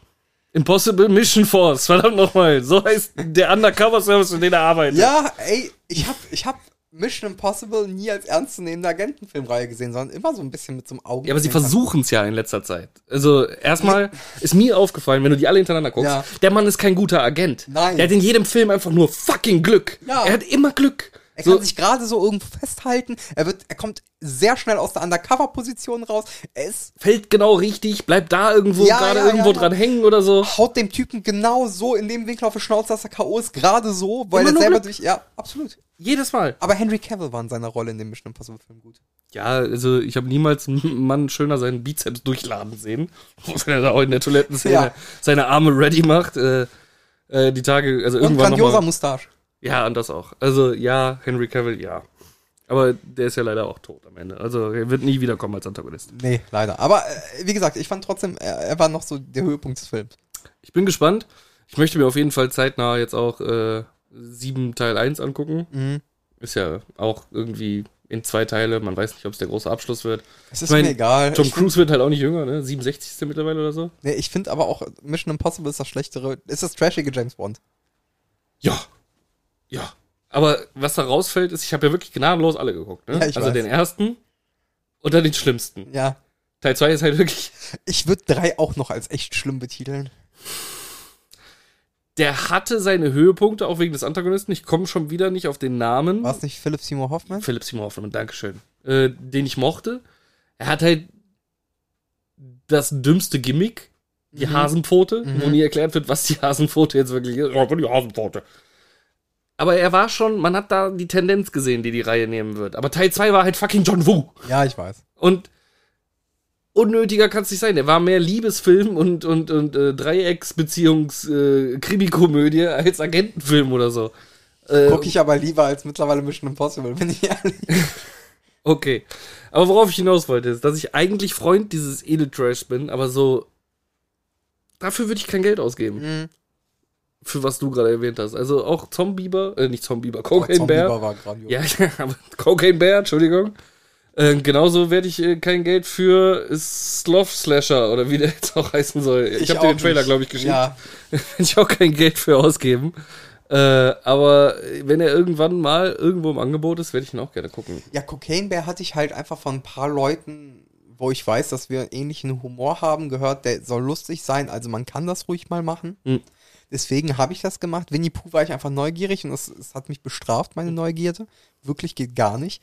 Impossible Mission Force, verdammt nochmal. So heißt der Undercover-Service, in dem er arbeitet. Ja, ey, ich hab, ich hab Mission Impossible nie als ernstzunehmende Agentenfilmreihe gesehen, sondern immer so ein bisschen mit so einem Augen. Ja, aber sie versuchen es ja in letzter Zeit. Also erstmal ist mir aufgefallen, wenn du die alle hintereinander guckst, Ja. der Mann ist kein guter Agent. Nein. Der hat in jedem Film einfach nur fucking Glück. Ja. Er hat immer Glück. Er So- kann sich gerade so irgendwo festhalten. Er wird, er kommt sehr schnell aus der Undercover-Position raus. Er ist fällt genau richtig, bleibt da irgendwo Ja, gerade ja, ja, irgendwo ja. dran hängen oder so. haut dem Typen genau so in dem Winkel auf die Schnauze, dass er K.O. ist, gerade so, weil Immer er nur selber Glück. durch. Ja, absolut. Jedes Mal. Aber Henry Cavill war in seiner Rolle in dem Mission Impossible Film gut. Ja, also ich habe niemals einen Mann schöner seinen Bizeps durchladen sehen, wenn er da auch in der Toilettenszene Ja. seine Arme ready macht. Äh, äh, die Tage, also Und irgendwann grandioser nochmal. Mustache. Ja, und das auch. Also ja, Henry Cavill, ja. Aber der ist ja leider auch tot am Ende. Also er wird nie wiederkommen als Antagonist. Nee, leider. Aber äh, wie gesagt, ich fand trotzdem, er, er war noch so der Höhepunkt des Films. Ich bin gespannt. Ich möchte mir auf jeden Fall zeitnah jetzt auch äh, 7 Teil 1 angucken. Mhm. Ist ja auch irgendwie in zwei Teile. Man weiß nicht, ob es der große Abschluss wird. Es ist Ich mein, mir egal. Tom Ich find- Cruise wird halt auch nicht jünger, ne? 67. mittlerweile oder so. Nee, ich finde aber auch Mission Impossible ist das schlechtere, ist das trashige James Bond. Ja. Ja. Aber was da rausfällt, ist, ich habe ja wirklich gnadenlos alle geguckt. Ne? Ja, ich also weiß. den ersten und dann den schlimmsten. Ja. Teil 2 ist halt wirklich Ich würde drei auch noch als echt schlimm betiteln. Der hatte seine Höhepunkte, auch wegen des Antagonisten. Ich komme schon wieder nicht auf den Namen. War es nicht Philip Seymour Hoffman? Philipp Seymour Hoffman, Dankeschön. Äh, den ich mochte. Er hat halt das dümmste Gimmick, die Hasenpfote, wo nie erklärt wird, was die Hasenpfote jetzt wirklich ist. Ja, ich bin die Hasenpfote. Aber er war schon, man hat da die Tendenz gesehen, die die Reihe nehmen wird. Aber Teil 2 war halt fucking John Woo. Ja, ich weiß. Und unnötiger kann es nicht sein. Der war mehr Liebesfilm und, und, und äh, Dreiecksbeziehungs-Krimikomödie als Agentenfilm oder so. Äh, Guck ich aber lieber als mittlerweile Mission Impossible, bin ich ehrlich. Okay. Aber worauf ich hinaus wollte, ist, dass ich eigentlich Freund dieses Edeltrash bin, aber so. Dafür würde ich kein Geld ausgeben. Mhm. Für was du gerade erwähnt hast. Also auch Zombieber, äh, nicht Oh, Zombieber, Cocaine Bear. war grandios. Ja, ja, aber Cocaine Bear, Entschuldigung. Äh, genauso werde ich äh, kein Geld für Sloth Slasher oder wie der jetzt auch heißen soll. Ich, habe dir auch den Trailer, nicht. glaube ich, geschickt. Ja, Werde ich auch kein Geld für ausgeben. Äh, aber wenn er irgendwann mal irgendwo im Angebot ist, werde ich ihn auch gerne gucken. ja Cocaine Bear hatte ich halt einfach von ein paar Leuten, wo ich weiß, dass wir ähnlichen Humor haben, gehört, der soll lustig sein, also man kann das ruhig mal machen. Mhm. Deswegen habe ich das gemacht. Winnie Pooh war ich einfach neugierig und es, es hat mich bestraft, Hm. meine Neugierde. Wirklich geht gar nicht.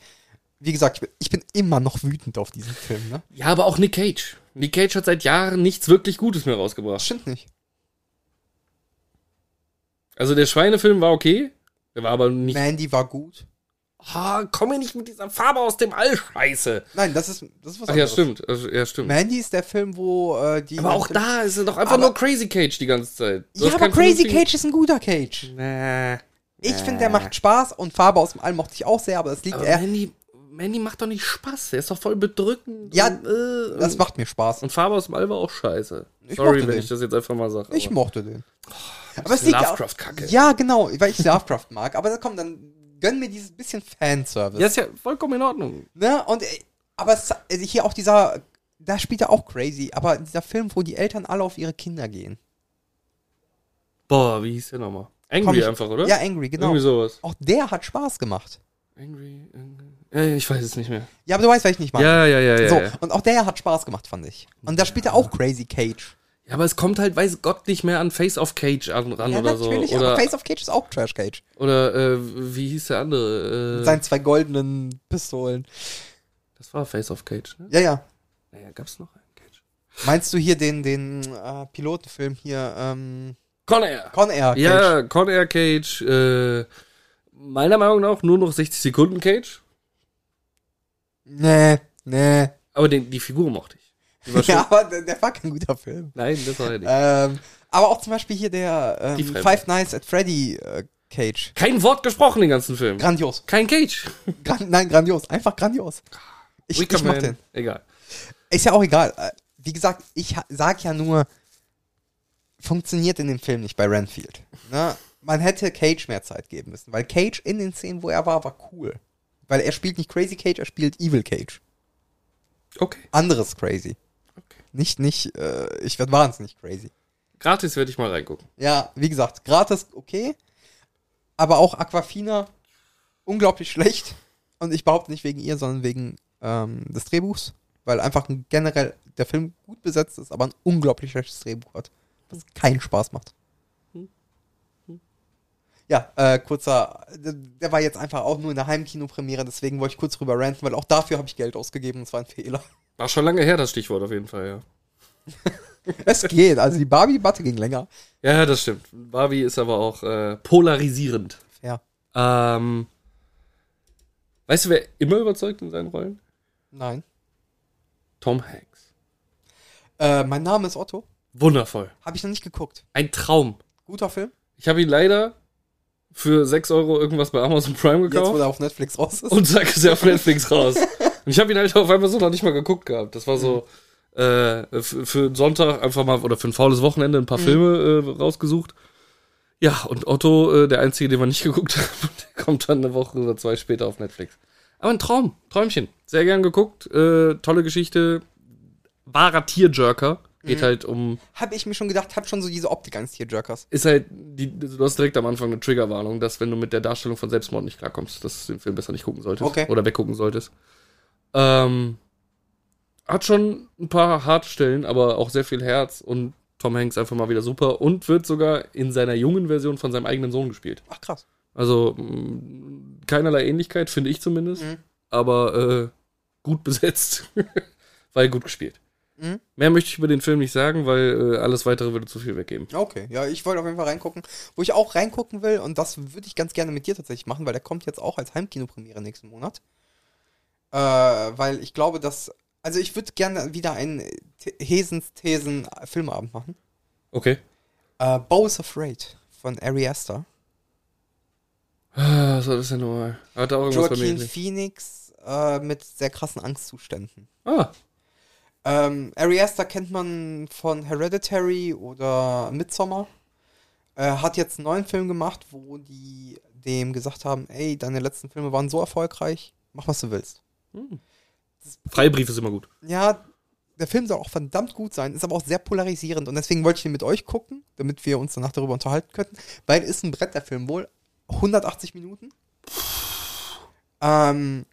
Wie gesagt, ich bin, ich bin immer noch wütend auf diesen Film, ne? Ja, aber auch Nick Cage. Nick Cage hat seit Jahren nichts wirklich Gutes mehr Das rausgebracht. stimmt nicht. Also der Schweinefilm war okay, der war aber nicht. Mandy war gut. Ah, komm mir nicht mit dieser Farbe aus dem All Scheiße. Nein, das ist, das ist was Ach ja, stimmt. Also, ja, stimmt. Mandy ist der Film, wo äh, die. Aber auch da ist er doch einfach Aber- nur Crazy Cage die ganze Zeit. Du Ja, hast aber keinen Crazy vernünftigen- Cage ist ein guter Cage. Nah. Ich finde, der macht Spaß und Farbe aus dem All mochte ich auch sehr, aber es liegt Aber eher. Mandy, Mandy macht doch nicht Spaß. Der ist doch voll bedrückend. Ja, und, äh, Das und- macht mir Spaß. Und Farbe aus dem All war auch scheiße. Ich Sorry, mochte wenn den. ich das jetzt einfach mal sage. Ich aber- mochte den. Aber es ist liegt ja auch, Oh, Lovecraft-Kacke. Ja, genau, weil ich Lovecraft mag. Aber komm, dann gönn mir dieses bisschen Fanservice. Ja, ist ja vollkommen in Ordnung. Ne? Und, äh, aber es, also hier auch dieser. Da spielt er auch crazy, aber dieser Film, wo die Eltern alle auf ihre Kinder gehen. Boah, wie hieß der nochmal? Komm, Angry ich- einfach, oder? Ja, Angry, genau. Irgendwie sowas. Auch der hat Spaß gemacht. Angry, angry. Äh, ich weiß es nicht mehr. Ja, aber du weißt, was ich nicht mag. Ja, ja, ja, ja. so, ja. und auch der hat Spaß gemacht, fand ich. Und da spielt er auch Crazy Cage. Ja, aber es kommt halt, weiß Gott, nicht mehr an Face of Cage an, ran Ja, oder so. natürlich, Oder, aber Face of Cage ist auch Trash Cage. oder äh, wie hieß der andere? Äh, Mit seinen zwei goldenen Pistolen. das war Face of Cage, ne? Ja, ja. Naja, gab's noch einen Cage? Meinst du hier den, den äh, Pilotenfilm hier, ähm, Con Air! Con Air Cage? Ja, Con Air Cage. Äh, meiner Meinung nach nur noch 60 Sekunden Cage. Nee, nee. Aber den, die Figur mochte ich. Die war schön. Ja, aber der, der war kein guter Film. Nein, das war ja nicht. Ähm, aber auch zum Beispiel hier der Die ähm, Fremden. Five Nights at Freddy äh, Cage. Kein Wort gesprochen den ganzen Film. Grandios. Kein Cage. Gran nein, grandios. Einfach grandios. Ich, Wicker ich mach Man. den. Egal. Ist ja auch egal. Äh, Wie gesagt, ich ha- sag ja nur, funktioniert in dem Film nicht bei Renfield. Ne? Man hätte Cage mehr Zeit geben müssen, weil Cage in den Szenen, wo er war, war cool. Weil er spielt nicht Crazy Cage, er spielt Evil Cage. Okay. Anderes Crazy. Okay. Nicht, nicht, äh, ich werd wahnsinnig crazy. Gratis werde ich mal reingucken. Ja, wie gesagt, gratis okay, aber auch Aquafina unglaublich schlecht. Und ich behaupte nicht wegen ihr, sondern wegen ähm, des Drehbuchs, weil einfach ein generell der Film gut besetzt ist, aber ein unglaublich schlechtes Drehbuch hat, was keinen Spaß macht. Ja, äh, kurzer, der, der war jetzt einfach auch nur in der Heimkinopremiere, deswegen wollte ich kurz drüber ranten, weil auch dafür habe ich Geld ausgegeben und es war ein Fehler. War schon lange her, das Stichwort auf jeden Fall, ja. Es geht, also die Barbie-Debatte ging länger. Ja, das stimmt. Barbie ist aber auch äh, polarisierend. Ja, Ähm, weißt du, wer immer überzeugt in seinen Rollen? nein. Tom Hanks. Äh, mein Name ist Otto, Wundervoll. habe ich noch nicht geguckt. Ein Traum. Guter Film. Ich habe ihn leider für 6 Euro irgendwas bei Amazon Prime Jetzt, wo gekauft der auf Netflix raus ist. und zack, ist er auf Netflix raus. Und ich habe ihn halt auf einmal so noch nicht mal geguckt gehabt. Das war so äh, f- für einen Sonntag einfach mal oder für ein faules Wochenende ein paar Filme äh, rausgesucht. Ja, und Otto, äh, der Einzige, den wir nicht geguckt haben, der kommt dann eine Woche oder zwei später auf Netflix. Aber ein Traum, Träumchen. Sehr gern geguckt, äh, tolle Geschichte, wahrer Tierjerker. Geht halt um, Habe ich mir schon gedacht, hab schon so diese Optik eines Tearjerkers. ist halt, die, du hast direkt am Anfang eine Triggerwarnung, dass wenn du mit der Darstellung von Selbstmord nicht klarkommst, dass du den Film besser nicht gucken solltest. Okay. Oder weggucken solltest. Ähm, hat schon ein paar Hartstellen, aber auch sehr viel Herz und Tom Hanks einfach mal wieder super und wird sogar in seiner jungen Version von seinem eigenen Sohn gespielt. Ach krass. Also mh, keinerlei Ähnlichkeit, finde ich zumindest, Mhm. aber äh, gut besetzt, weil gut gespielt. Mhm. Mehr möchte ich über den Film nicht sagen, weil äh, alles weitere würde zu viel weggeben. Okay, ja, ich wollte auf jeden Fall reingucken. Wo ich auch reingucken will, und das würde ich ganz gerne mit dir tatsächlich machen, weil der kommt jetzt auch als Heimkinopremiere nächsten Monat. Äh, weil ich glaube, dass. Also ich würde gerne wieder einen T- Hesens Thesen Filmabend machen. Okay. Äh, Bow is Afraid von Ari Aster. Ah, Was war das denn nochmal? Hat auch irgendwas bei mir Joaquin gesehen. Phoenix äh, mit sehr krassen Angstzuständen. Ah, Ähm, Ari Aster kennt man von Hereditary oder Midsommar. Äh, hat jetzt einen neuen Film gemacht, wo die dem gesagt haben, ey, deine letzten Filme waren so erfolgreich, mach was du willst. Freibrief ist immer gut. Ja, der Film soll auch verdammt gut sein, ist aber auch sehr polarisierend und deswegen wollte ich ihn mit euch gucken, damit wir uns danach darüber unterhalten könnten, weil ist ein Brett der Film wohl 180 Minuten. Ähm,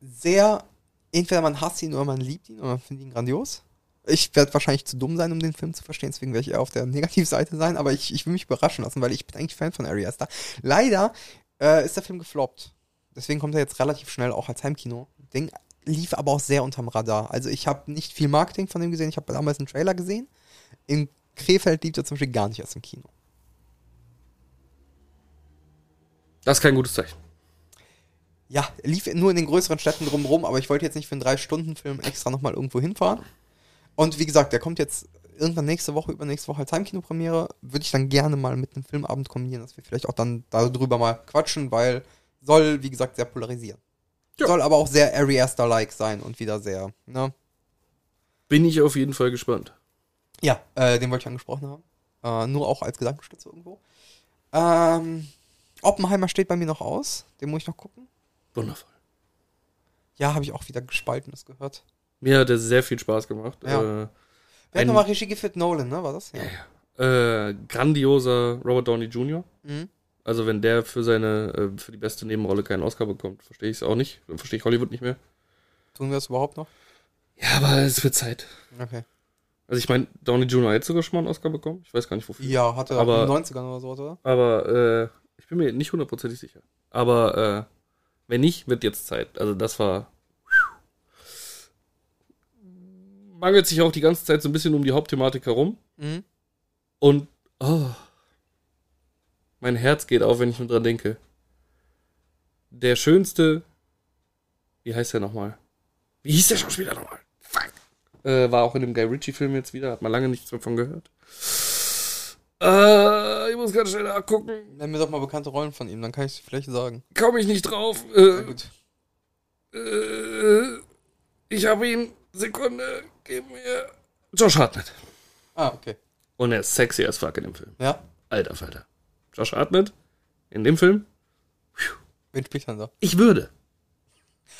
sehr, entweder man hasst ihn oder man liebt ihn oder man findet ihn grandios. Ich werde wahrscheinlich zu dumm sein, um den Film zu verstehen, deswegen werde ich eher auf der Negativseite sein, aber ich, ich will mich überraschen lassen, weil ich bin eigentlich Fan von Ari Aster. Leider äh, ist der Film gefloppt. Deswegen kommt er jetzt relativ schnell auch als Heimkino-Ding. Lief aber auch sehr unterm Radar. Also ich habe nicht viel Marketing von dem gesehen. Ich habe damals einen Trailer gesehen. In Krefeld lief er zum Beispiel gar nicht erst im Kino. Das ist kein gutes Zeichen. Ja, lief nur in den größeren Städten drumherum, aber ich wollte jetzt nicht für einen Drei-Stunden-Film extra nochmal irgendwo hinfahren. Und wie gesagt, der kommt jetzt irgendwann nächste Woche, übernächste Woche als Heimkinopremiere. Würde ich dann gerne mal mit einem Filmabend kombinieren, dass wir vielleicht auch dann darüber mal quatschen, weil soll, wie gesagt, sehr polarisieren. Ja. Soll aber auch sehr Ari Aster-like sein und wieder sehr, ne? Bin ich auf jeden Fall gespannt. Ja, äh, den wollte ich angesprochen haben. Äh, nur auch als Gedankenstütze irgendwo. Ähm, Oppenheimer steht bei mir noch aus. Den muss ich noch gucken. Wundervoll. Ja, habe ich auch wieder gespaltenes gehört. Mir hat er sehr viel Spaß gemacht. Ja. Äh, Wer hat Ein- nochmal Regie geführt? Nolan, ne? War das? Ja. äh, grandioser Robert Downey Jr. Mhm. Also wenn der für seine, äh, für die beste Nebenrolle keinen Oscar bekommt, verstehe ich es auch nicht. Dann Verstehe ich Hollywood nicht mehr. Tun wir das überhaupt noch? Ja, aber es wird Zeit. Okay. Also ich meine, Downey Jr. hat sogar schon mal einen Oscar bekommen. Ich weiß gar nicht wofür. Ja, hatte er Aber- in den 90ern oder so, oder? Aber äh, ich bin mir nicht hundertprozentig sicher. Aber äh, wenn nicht, wird jetzt Zeit. Also das war. Mangelt sich auch die ganze Zeit so ein bisschen um die Hauptthematik herum. Mhm. Und oh, mein Herz geht auf, wenn ich nur dran denke. Der schönste, wie heißt der nochmal? Wie hieß der Schauspieler nochmal? Fuck. Äh, war auch in dem Guy Ritchie-Film jetzt wieder, hat man lange nichts davon gehört. Äh, ich muss ganz schnell nachgucken. Nenn mir doch mal bekannte Rollen von ihm, dann kann ich es vielleicht sagen. Komme ich nicht drauf. Na Äh, gut. äh, ich habe ihn. Sekunde, gib mir. Josh Hartnett. Ah, okay. Und er ist sexy as fuck in dem Film. Ja? Alter Falter. Josh Hartnett in dem Film? Wen spielt er denn da? Ich würde.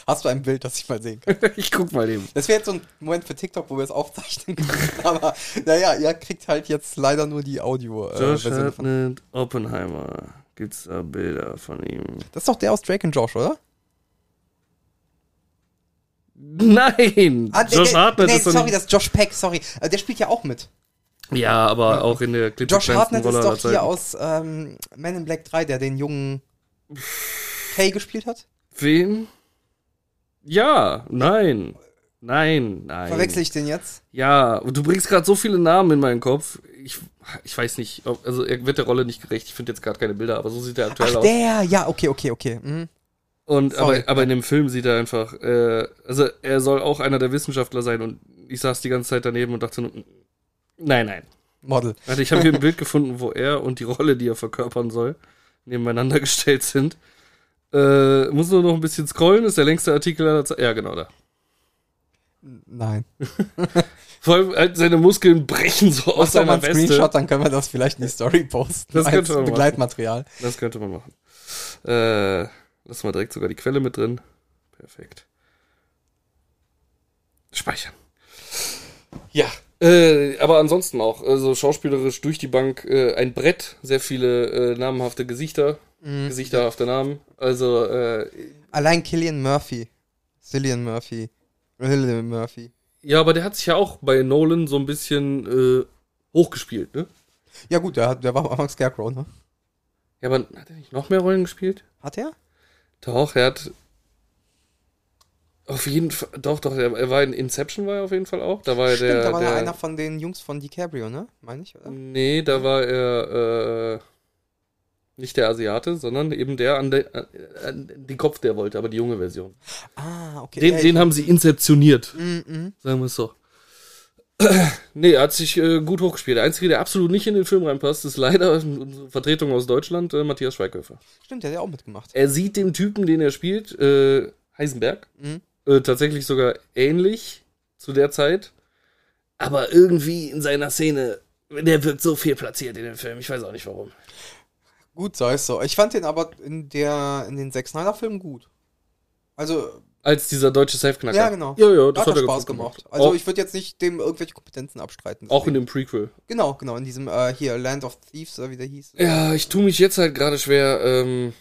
Hast du ein Bild, das ich mal sehen kann? Ich guck mal eben. Das wäre jetzt so ein Moment für TikTok, wo wir es aufzeichnen können. Aber naja, ihr kriegt halt jetzt leider nur die Josh Audio-Version. von. Hartnett, Oppenheimer. Gibt's da Bilder von ihm? das ist doch der aus Drake und Josh, oder? Nein! Ah, der- Josh der- Hartnett nee, ist so sorry, ein- das ist Josh Peck, sorry. Äh, Der spielt ja auch mit. Ja, aber auch in der Clip Josh Hartnett ist doch hier aus ähm, Men in Black 3, der den jungen Kay gespielt hat. Wen? Ja, nein. Nein, nein. Verwechsel ich den jetzt? Ja, und du bringst gerade so viele Namen in meinen Kopf. Ich, ich weiß nicht, ob, also er wird der Rolle nicht gerecht. Ich finde jetzt gerade keine Bilder, aber so sieht er aktuell Ach, aus. der, ja, okay, okay, okay. Mhm. Und Sorry. aber, aber in dem Film sieht er einfach, äh, also er soll auch einer der Wissenschaftler sein und ich saß die ganze Zeit daneben und dachte, nur, nein, nein. Model. Also ich habe hier ein Bild gefunden, wo er und die Rolle, die er verkörpern soll, nebeneinander gestellt sind. Äh, muss nur noch ein bisschen scrollen, ist der längste Artikel aller Zeit. Ja, genau da. Nein. Vor allem halt seine Muskeln brechen so Mach aus doch mal seiner einen Weste. Screenshot, dann können wir das vielleicht in die Story posten. Das als könnte man machen. Begleitmaterial. Das könnte man machen. Äh, lass mal direkt sogar die Quelle mit drin. Perfekt. Speichern. Ja, Äh, aber ansonsten auch, also schauspielerisch durch die Bank äh, ein Brett, sehr viele äh, namenhafte Gesichter, gesichterhafte Namen. Also äh, Allein Killian Murphy. Cillian Murphy. Cillian Murphy. ja, aber der hat sich ja auch bei Nolan so ein bisschen äh, hochgespielt, ne? Ja gut, der, hat- der war am Anfang Scarecrow, ne? Ja, aber hat er nicht noch mehr Rollen gespielt? Hat er? Doch, er hat auf jeden Fall, doch, doch, er, er war in Inception war er auf jeden Fall auch. Da war er Stimmt, der, da war der er einer von den Jungs von DiCaprio, ne? Meine ich, oder? Nee, da war er äh, nicht der Asiate, sondern eben der an, de, an den Kopf, der wollte, aber die junge Version. Ah, okay. Den, Ja, den haben sie inzeptioniert, mm, mm. sagen wir es so. Nee, er hat sich äh, gut hochgespielt. Der Einzige, der absolut nicht in den Film reinpasst, ist leider unsere Vertretung aus Deutschland, äh, Matthias Schweighöfer. Stimmt, der hat ja auch mitgemacht. Er sieht dem Typen, den er spielt, äh, Heisenberg, Mhm. äh, tatsächlich sogar ähnlich zu der Zeit. Aber irgendwie in seiner Szene, der wird so viel platziert in dem Film. Ich weiß auch nicht warum. Gut, sei es so. Ich fand den aber in der in den Zack Snyder Filmen gut. Also Als dieser deutsche Safe-Knacker. Ja, genau. Ja, ja, das hat, hat, hat er Spaß gut gemacht. Also Also auch, ich würde jetzt nicht dem irgendwelche Kompetenzen abstreiten. auch in deswegen. dem Äh, Prequel. genau, genau in diesem äh, hier Land of Thieves, oder wie der hieß. Ja, ich tue mich jetzt halt gerade schwer, ähm,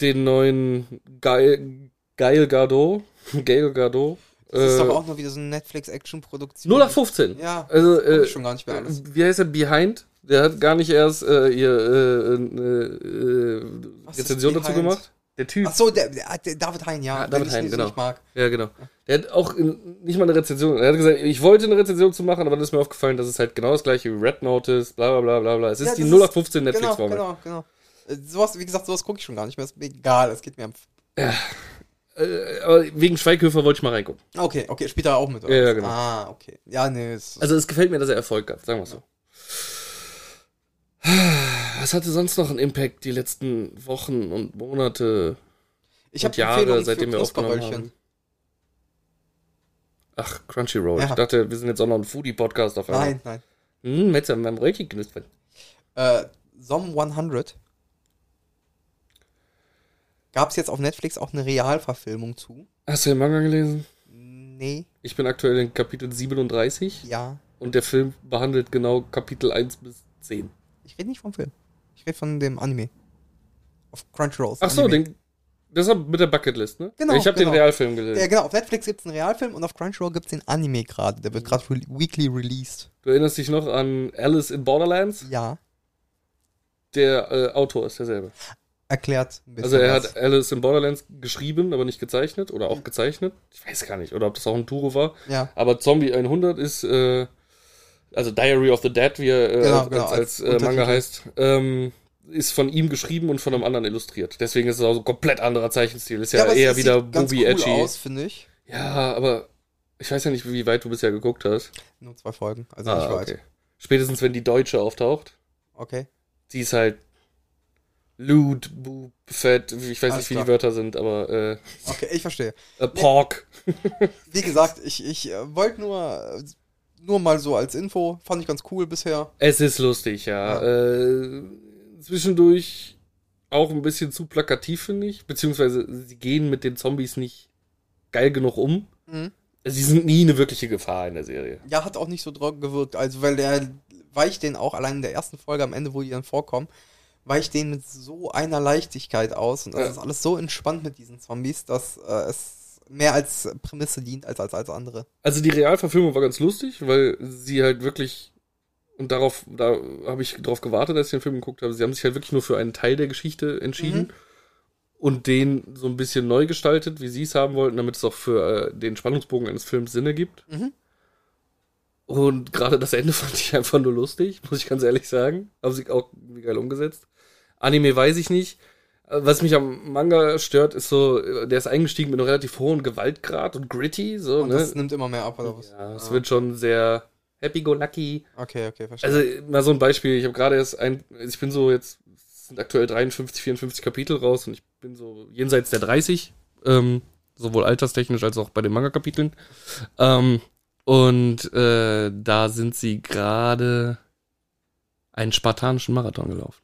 den neuen Geil, Geil Gadot, Gail Gadot, Das ist äh, doch auch nur wieder so eine Netflix Action Produktion. 0 nach 15. Ja. Also, Hab äh, ich schon gar nicht mehr alles. wie heißt er? Behind? Der hat gar nicht erst äh, ihr äh, äh, äh, Was ist Rezension dazu Behind? gemacht. Der Typ. Ach so, der, der, der David Hein, ja, äh, Ja, den David ich Hein, nicht, genau. nicht mag. Ja, genau. Der hat auch in, nicht mal eine Rezension. Er hat gesagt, ich wollte eine Rezension zu machen, aber dann ist mir aufgefallen, dass es halt genau das gleiche wie Red Notice, bla bla bla bla bla. Es ist Ja, die das 0 auf 15 Genau, Netflix-Formel. genau, genau. Äh, Sowas, wie gesagt, sowas gucke ich schon gar nicht mehr. Ist mir egal, es geht mir am. F genau. Aber wegen Schweighöfer wollte ich mal reingucken. Okay, okay, spielt er auch mit, oder? Ja, was? ja, genau. Ah, okay. Ja, nee, es Also es gefällt mir, dass er Erfolg hat, sagen wir so. Was hatte sonst noch einen Impact die letzten Wochen und Monate ich und habe Jahre, seitdem wir aufgenommen haben? Ach, Crunchyroll. Ja. Ich dachte, wir sind jetzt auch noch ein Foodie-Podcast auf einmal. Nein, nein. Nein. Hm, jetzt haben wir am Röllchen knuspern. Äh, Som 100 gab es jetzt auf Netflix auch eine Realverfilmung zu. Hast du den Manga gelesen? Nee, Ich bin aktuell in Kapitel 37. ja. Und der Film behandelt genau Kapitel 1 bis 10. Ich rede nicht vom Film. Ich rede von dem Anime. Auf Crunchyroll. Ach so, Anime. den, das ist mit der Bucketlist, ne? Genau, Ich habe genau. den Realfilm Ja, gelesen. genau, auf Netflix gibt es einen Realfilm und auf Crunchyroll gibt es den Anime gerade. Der wird Mhm. gerade re weekly released. Du erinnerst dich noch an Alice in Borderlands? Ja, Der äh, Autor ist derselbe. erklärt ein bisschen. Also er was. hat Alice in Borderlands geschrieben, aber nicht gezeichnet oder auch gezeichnet. Ich weiß gar nicht, oder ob das auch ein Turo war. Ja, Aber Zombie 100 ist, äh, also Diary of the Dead, wie er äh, Genau, als, genau, als als, äh, Manga Untertitel. heißt, ähm, ist von ihm geschrieben und von einem anderen illustriert. Deswegen ist es auch so ein komplett anderer Zeichenstil. Ist ja, ja, aber es eher sieht wieder ganz Booby cool Edgy. aus, finde ich. Ja, aber ich weiß ja nicht, wie weit du bisher geguckt hast. Nur zwei Folgen, also Ah, nicht weit. Okay. Spätestens, wenn die Deutsche auftaucht, die ist halt lewd, boob, fett, ich weiß Alles nicht, wie klar. die Wörter sind, aber äh, Okay, ich verstehe. äh Pork. Wie gesagt, ich, ich äh, wollte nur, äh, nur mal so als Info, fand ich ganz cool bisher. Es ist lustig, ja. Äh, zwischendurch auch ein bisschen zu plakativ, finde ich. Beziehungsweise sie gehen mit den Zombies nicht geil genug um. Mhm. Sie sind nie eine wirkliche Gefahr in der Serie. Ja, hat auch nicht so drauf gewirkt, also weil der weicht den auch allein in der ersten Folge am Ende, wo die dann vorkommen, weicht den mit so einer Leichtigkeit aus und das Ja. ist alles so entspannt mit diesen Zombies, dass äh, es mehr als Prämisse dient als als, als andere. Also die Realverfilmung war ganz lustig, weil sie halt wirklich und darauf da habe ich drauf gewartet, als ich den Film geguckt habe. Sie haben sich halt wirklich nur für einen Teil der Geschichte entschieden Mhm. und den so ein bisschen neu gestaltet, wie sie es haben wollten, damit es auch für äh, den Spannungsbogen eines Films Sinn ergibt. Mhm. Und gerade das Ende fand ich einfach nur lustig, muss ich ganz ehrlich sagen. Haben sie auch irgendwie geil umgesetzt. Anime weiß ich nicht. Äh, Was mich am Manga stört, ist so, äh, der ist eingestiegen mit einem relativ hohen Gewaltgrad und gritty, so, Und ne? das nimmt immer mehr ab, oder was? Ah, Ja, es wird schon sehr happy-go-lucky. Okay, okay, verstehe. Also, mal so ein Beispiel. Ich habe gerade erst ein, also ich bin so jetzt, es sind aktuell 53, 54 Kapitel raus und ich bin so jenseits der 30, ähm, sowohl alterstechnisch als auch bei den Manga-Kapiteln. Ähm, und äh, da sind sie gerade einen spartanischen Marathon gelaufen.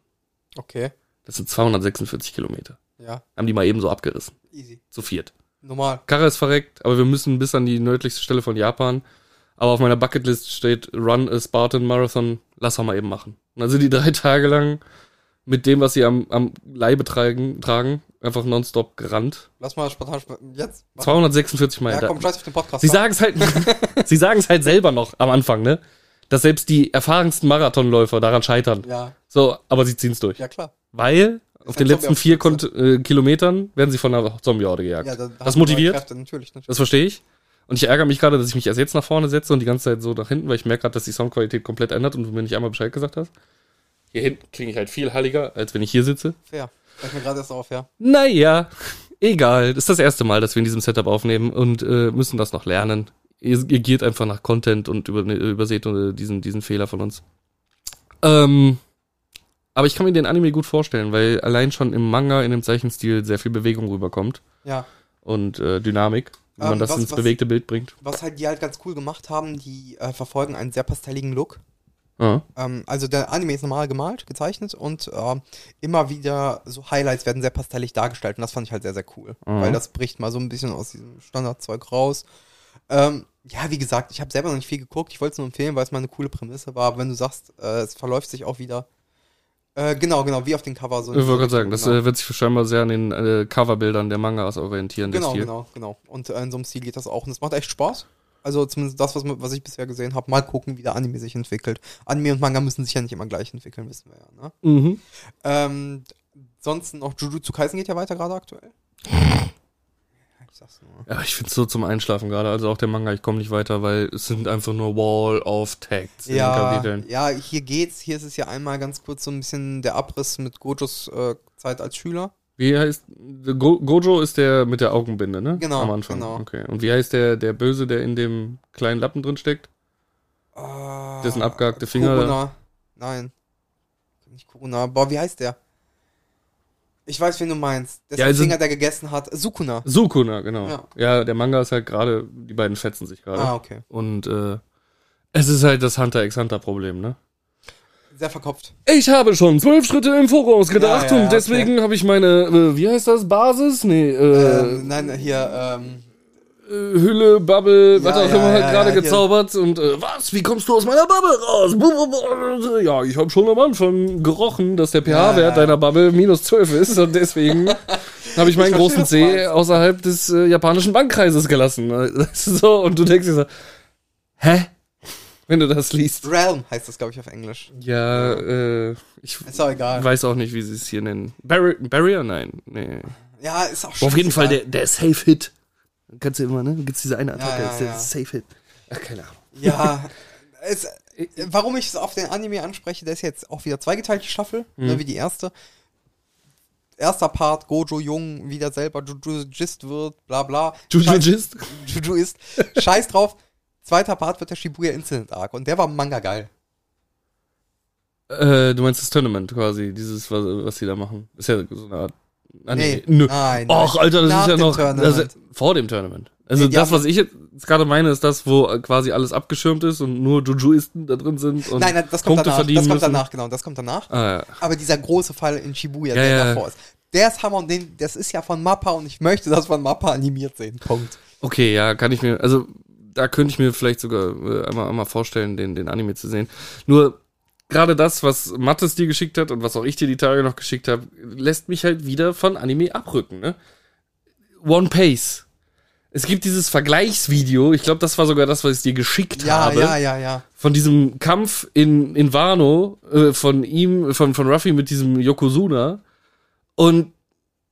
okay, Das sind 246 Kilometer. ja, Haben die mal eben so abgerissen. easy. Zu viert. Normal. Karre ist verreckt, aber wir müssen bis an die nördlichste Stelle von Japan. Aber auf meiner Bucketlist steht Run a Spartan Marathon, lass wir mal eben machen. Also die drei Tage lang mit dem, was sie am, am Leibe tragen, tragen, einfach nonstop gerannt. Lass mal spontan. sp- Jetzt. mach. 246 Meilen. Ja, Da- komm, scheiß auf den Podcast. Sie sagen es halt, sie sagen es halt selber noch am Anfang, ne? Dass selbst die erfahrensten Marathonläufer daran scheitern. Ja, So, aber sie ziehen es durch. ja klar. Weil ein auf den Zombie letzten auf vier dem Platz, ne? Kont äh, Kilometern werden sie von einer Zombie-Horde gejagt. Ja, dann das haben die neue motiviert, Kräfte, natürlich, natürlich. das verstehe ich. Und ich ärgere mich gerade, dass ich mich erst jetzt nach vorne setze und die ganze Zeit so nach hinten, weil ich merke gerade, dass die Soundqualität komplett ändert und du mir nicht einmal Bescheid gesagt hast. Hier hinten klinge ich halt viel halliger, als wenn ich hier sitze. Fair. Fällt mir gerade erst auf, ja. Naja, egal. Das ist das erste Mal, dass wir in diesem Setup aufnehmen und äh, müssen das noch lernen. Ihr, ihr geht einfach nach Content und über, überseht äh, diesen, diesen Fehler von uns. Ähm, aber ich kann mir den Anime gut vorstellen, weil allein schon im Manga, in dem Zeichenstil, sehr viel Bewegung rüberkommt Ja. und äh, Dynamik, wenn man Ähm, das was- ins was- bewegte Bild bringt. Was halt die halt ganz cool gemacht haben, die äh, verfolgen einen sehr pastelligen Look. Ja. Ähm, also der Anime ist normal gemalt, gezeichnet und ähm, immer wieder so Highlights werden sehr pastellig dargestellt und das fand ich halt sehr, sehr cool, Mhm. weil das bricht mal so ein bisschen aus diesem Standardzeug raus. Ähm, ja, wie gesagt, ich habe selber noch nicht viel geguckt, ich wollte es nur empfehlen, weil es mal eine coole Prämisse war, aber wenn du sagst, äh, es verläuft sich auch wieder. Äh, genau, genau, wie auf dem Cover. So Ich wollte gerade sagen, das genau. äh, wird sich scheinbar sehr an den äh, Coverbildern der Mangas orientieren, der Genau, Stil. genau, genau. Und äh, in so einem Stil geht das auch. Und es macht echt Spaß. Also zumindest das, was, man- was ich bisher gesehen habe. Mal gucken, wie der Anime sich entwickelt. Anime und Manga müssen sich ja nicht immer gleich entwickeln, wissen wir ja. Ne? Mhm. Ähm, sonst noch Jujutsu Kaisen geht ja weiter gerade aktuell. Ja, ich sag's nur. Ja, ich find's so zum Einschlafen gerade. Also auch der Manga, ich komme nicht weiter, weil es sind einfach nur Wall of Text in den Ja, Kapiteln. ja, hier geht's. Hier ist es ja einmal ganz kurz so ein bisschen der Abriss mit Gojos äh, Zeit als Schüler. Wie heißt Go Gojo ist der mit der Augenbinde, ne? Genau, Am Anfang. genau. Okay. Und wie heißt der der Böse, der in dem kleinen Lappen drin steckt? Ah, Dessen abgehackte Finger. Corona. Nein. Nicht Corona. Boah, wie heißt der? Ich weiß, wen du meinst. Dessen Ja, also- Finger, der gegessen hat. Sukuna. Sukuna, genau. Ja. Ja. der Manga ist halt gerade, die beiden fetzen sich gerade. Ah, okay. Und äh, es ist halt das Hunter x Hunter Problem, ne? Sehr verkopft. Ich habe schon zwölf Schritte im Voraus gedacht Ja, ja, und ja, deswegen habe ich meine, äh, wie heißt das, Basis? Nee, äh, ähm, nein, hier, ähm, Hülle, Bubble, was Ja, auch ja, immer, ja, halt gerade ja, hier. gezaubert und äh, was, wie kommst du aus meiner Bubble raus? Bu- bu- bu- Ja, ich habe schon am Anfang gerochen, dass der Ja, pH-Wert ja. deiner Bubble minus 12 ist und deswegen habe ich meinen verstehe, großen was du C meinst. außerhalb des äh, japanischen Bankkreises gelassen. so, und du denkst dir so, hä? Wenn du das liest. Realm heißt das, glaube ich, auf Englisch. Ja, äh, ich Ist doch egal. weiß auch nicht, wie sie es hier nennen. Barri Barrier? Nein, nee. Ja, ist auch Boah, schon. auf jeden Fall der, der Safe Hit. Kannst du immer, ne? Gibt's diese eine Attacke, ja, ist der ja. Äh, Safe Hit. Ach, keine Ahnung. Ja. Es, äh, warum ich es auf den Anime anspreche, der ist jetzt auch wieder zweigeteilt, die Staffel, Mhm. ne, wie die erste. Erster Part, Gojo Jung, wieder selber Jujujist wird, bla bla. Jujujist? Juju ist. Scheiß drauf. Zweiter Part wird der Shibuya Incident Arc und der war Manga geil. Äh, du meinst das Tournament quasi, dieses, was, was die da machen. Ist ja so eine Art. Ah, Nee, Nö. nein, Och, nein. Alter, das Nach ist ja dem noch. Also, Tournament. vor dem Tournament. Also, Nee, die das, haben- was ich jetzt gerade meine, ist das, wo äh, quasi alles abgeschirmt ist und nur Jujuisten da drin sind und Nein, nein, das kommt Punkte danach. verdienen Das kommt müssen. danach, genau, das kommt danach. Ah, ja. Aber dieser große Fall in Shibuya, Ja, der ja. davor ist, der ist Hammer und den, das ist ja von Mappa und ich möchte das von Mappa animiert sehen. Punkt. Okay, ja, kann ich mir, also da könnte ich mir vielleicht sogar äh, einmal, einmal vorstellen, den, den Anime zu sehen. Nur gerade das, was Mattes dir geschickt hat und was auch ich dir die Tage noch geschickt habe, lässt mich halt wieder von Anime abrücken. Ne? One Piece. Es gibt dieses Vergleichsvideo, ich glaube, das war sogar das, was ich dir geschickt Ja, habe ja, ja, ja. von diesem Kampf in, in Wano, äh, von ihm, von, von Ruffy mit diesem Yokozuna. Und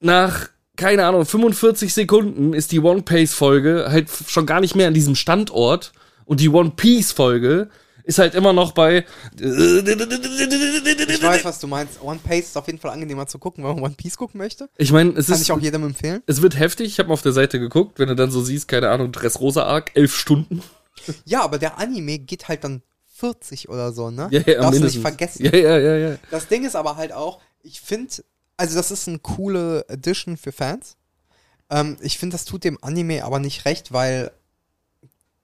nach, keine Ahnung, 45 Sekunden ist die One Piece-Folge halt f- schon gar nicht mehr an diesem Standort. Und die One Piece-Folge ist halt immer noch bei. Ich weiß, was du meinst. One Piece ist auf jeden Fall angenehmer zu gucken, wenn man One Piece gucken möchte. Ich meine, es Kann ist. ich auch jedem empfehlen. Es wird heftig. Ich habe mal auf der Seite geguckt, wenn du dann so siehst, keine Ahnung, Dressrosa-Arc, elf Stunden. Ja, aber der Anime geht halt dann 40 oder so, ne? Ja, ja, Darfst du nicht mindestens. vergessen. Ja, ja, ja, ja. Das Ding ist aber halt auch, ich finde, also das ist eine coole Edition für Fans. Ähm, ich finde, das tut dem Anime aber nicht recht, weil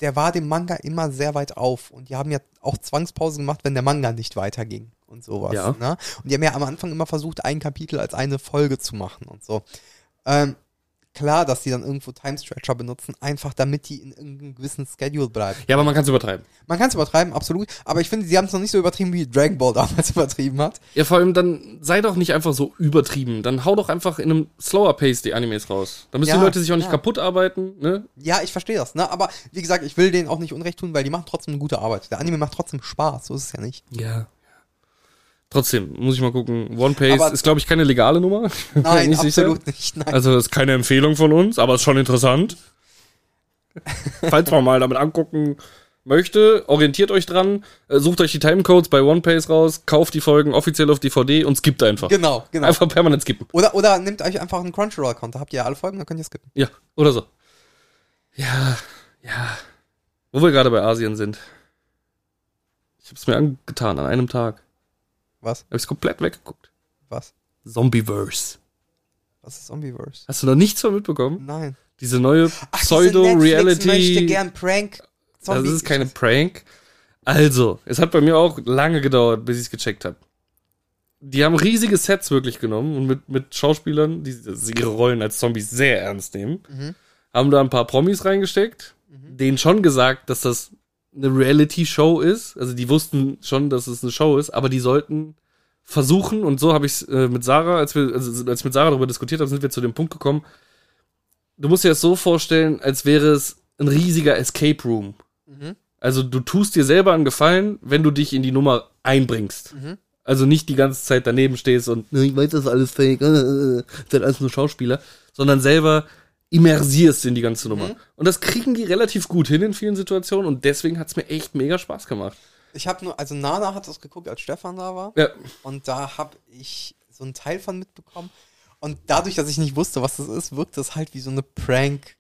der war dem Manga immer sehr weit auf. Und die haben ja auch Zwangspausen gemacht, wenn der Manga nicht weiterging und sowas. Ja. Ne? Und die haben ja am Anfang immer versucht, ein Kapitel als eine Folge zu machen und so. Ähm, klar, dass die dann irgendwo Time Stretcher benutzen, einfach damit die in irgendeinem gewissen Schedule bleiben. Ja, aber man kann es übertreiben. Man kann es übertreiben, absolut, aber ich finde, sie haben es noch nicht so übertrieben, wie Dragon Ball damals übertrieben hat. Ja, vor allem dann sei doch nicht einfach so übertrieben. Dann hau doch einfach in einem slower Pace die Animes raus. Dann müssen Ja, die Leute sich auch nicht ja. kaputt arbeiten, ne? Ja, ich verstehe das, ne? Aber wie gesagt, ich will denen auch nicht Unrecht tun, weil die machen trotzdem eine gute Arbeit. Der Anime macht trotzdem Spaß, so ist es ja nicht. Ja. Trotzdem, muss ich mal gucken. One Pace Aber- ist, glaube ich, keine legale Nummer. Nein, Nicht sicher. absolut nicht. Nein. Also ist keine Empfehlung von uns, aber ist schon interessant. Falls man mal damit angucken möchte, orientiert euch dran, äh, sucht euch die Timecodes bei OnePace raus, kauft die Folgen offiziell auf DVD und skippt einfach. genau, genau. Einfach permanent skippen. Oder, oder nehmt euch einfach einen Crunchyroll-Konto. Habt ihr ja alle Folgen, dann könnt ihr skippen. Ja, oder so. Ja, ja. Wo wir gerade bei Asien sind. Ich hab's mir angetan an einem Tag. Was? Hab ich's komplett weggeguckt. Was? Zombieverse. Was ist Zombieverse? Hast du noch nichts von mitbekommen? Nein. Diese neue Ach, diese Netflix Pseudo-Reality. möchte gern Prank. Das Zombie- ist keine Prank. Also, es hat bei mir auch lange gedauert, bis ich es gecheckt habe. Die haben riesige Sets wirklich genommen und mit, mit Schauspielern, die das- ihre Rollen als Zombies sehr ernst nehmen, haben da ein paar Promis reingesteckt, denen schon gesagt, dass das eine Reality-Show ist. Also die wussten schon, dass es eine Show ist, aber die sollten versuchen, und so habe ich äh, mit Sarah, als wir, also, als ich mit Sarah darüber diskutiert habe, sind wir zu dem Punkt gekommen, du musst dir das so vorstellen, als wäre es ein riesiger Escape Room. Also du tust dir selber einen Gefallen, wenn du dich in die Nummer einbringst. Also nicht die ganze Zeit daneben stehst und "Ne, ich weiß das ist alles fake, äh, äh, äh, seid alles nur Schauspieler, sondern selber immersierst in die ganze Nummer. Und das kriegen die relativ gut hin in vielen Situationen und deswegen hat's mir echt mega Spaß gemacht. Ich habe nur, also Nana hat das geguckt, als Stefan da war. Ja, Und da habe ich so einen Teil von mitbekommen. Und dadurch, dass ich nicht wusste, was das ist, wirkt das halt wie so eine Prank.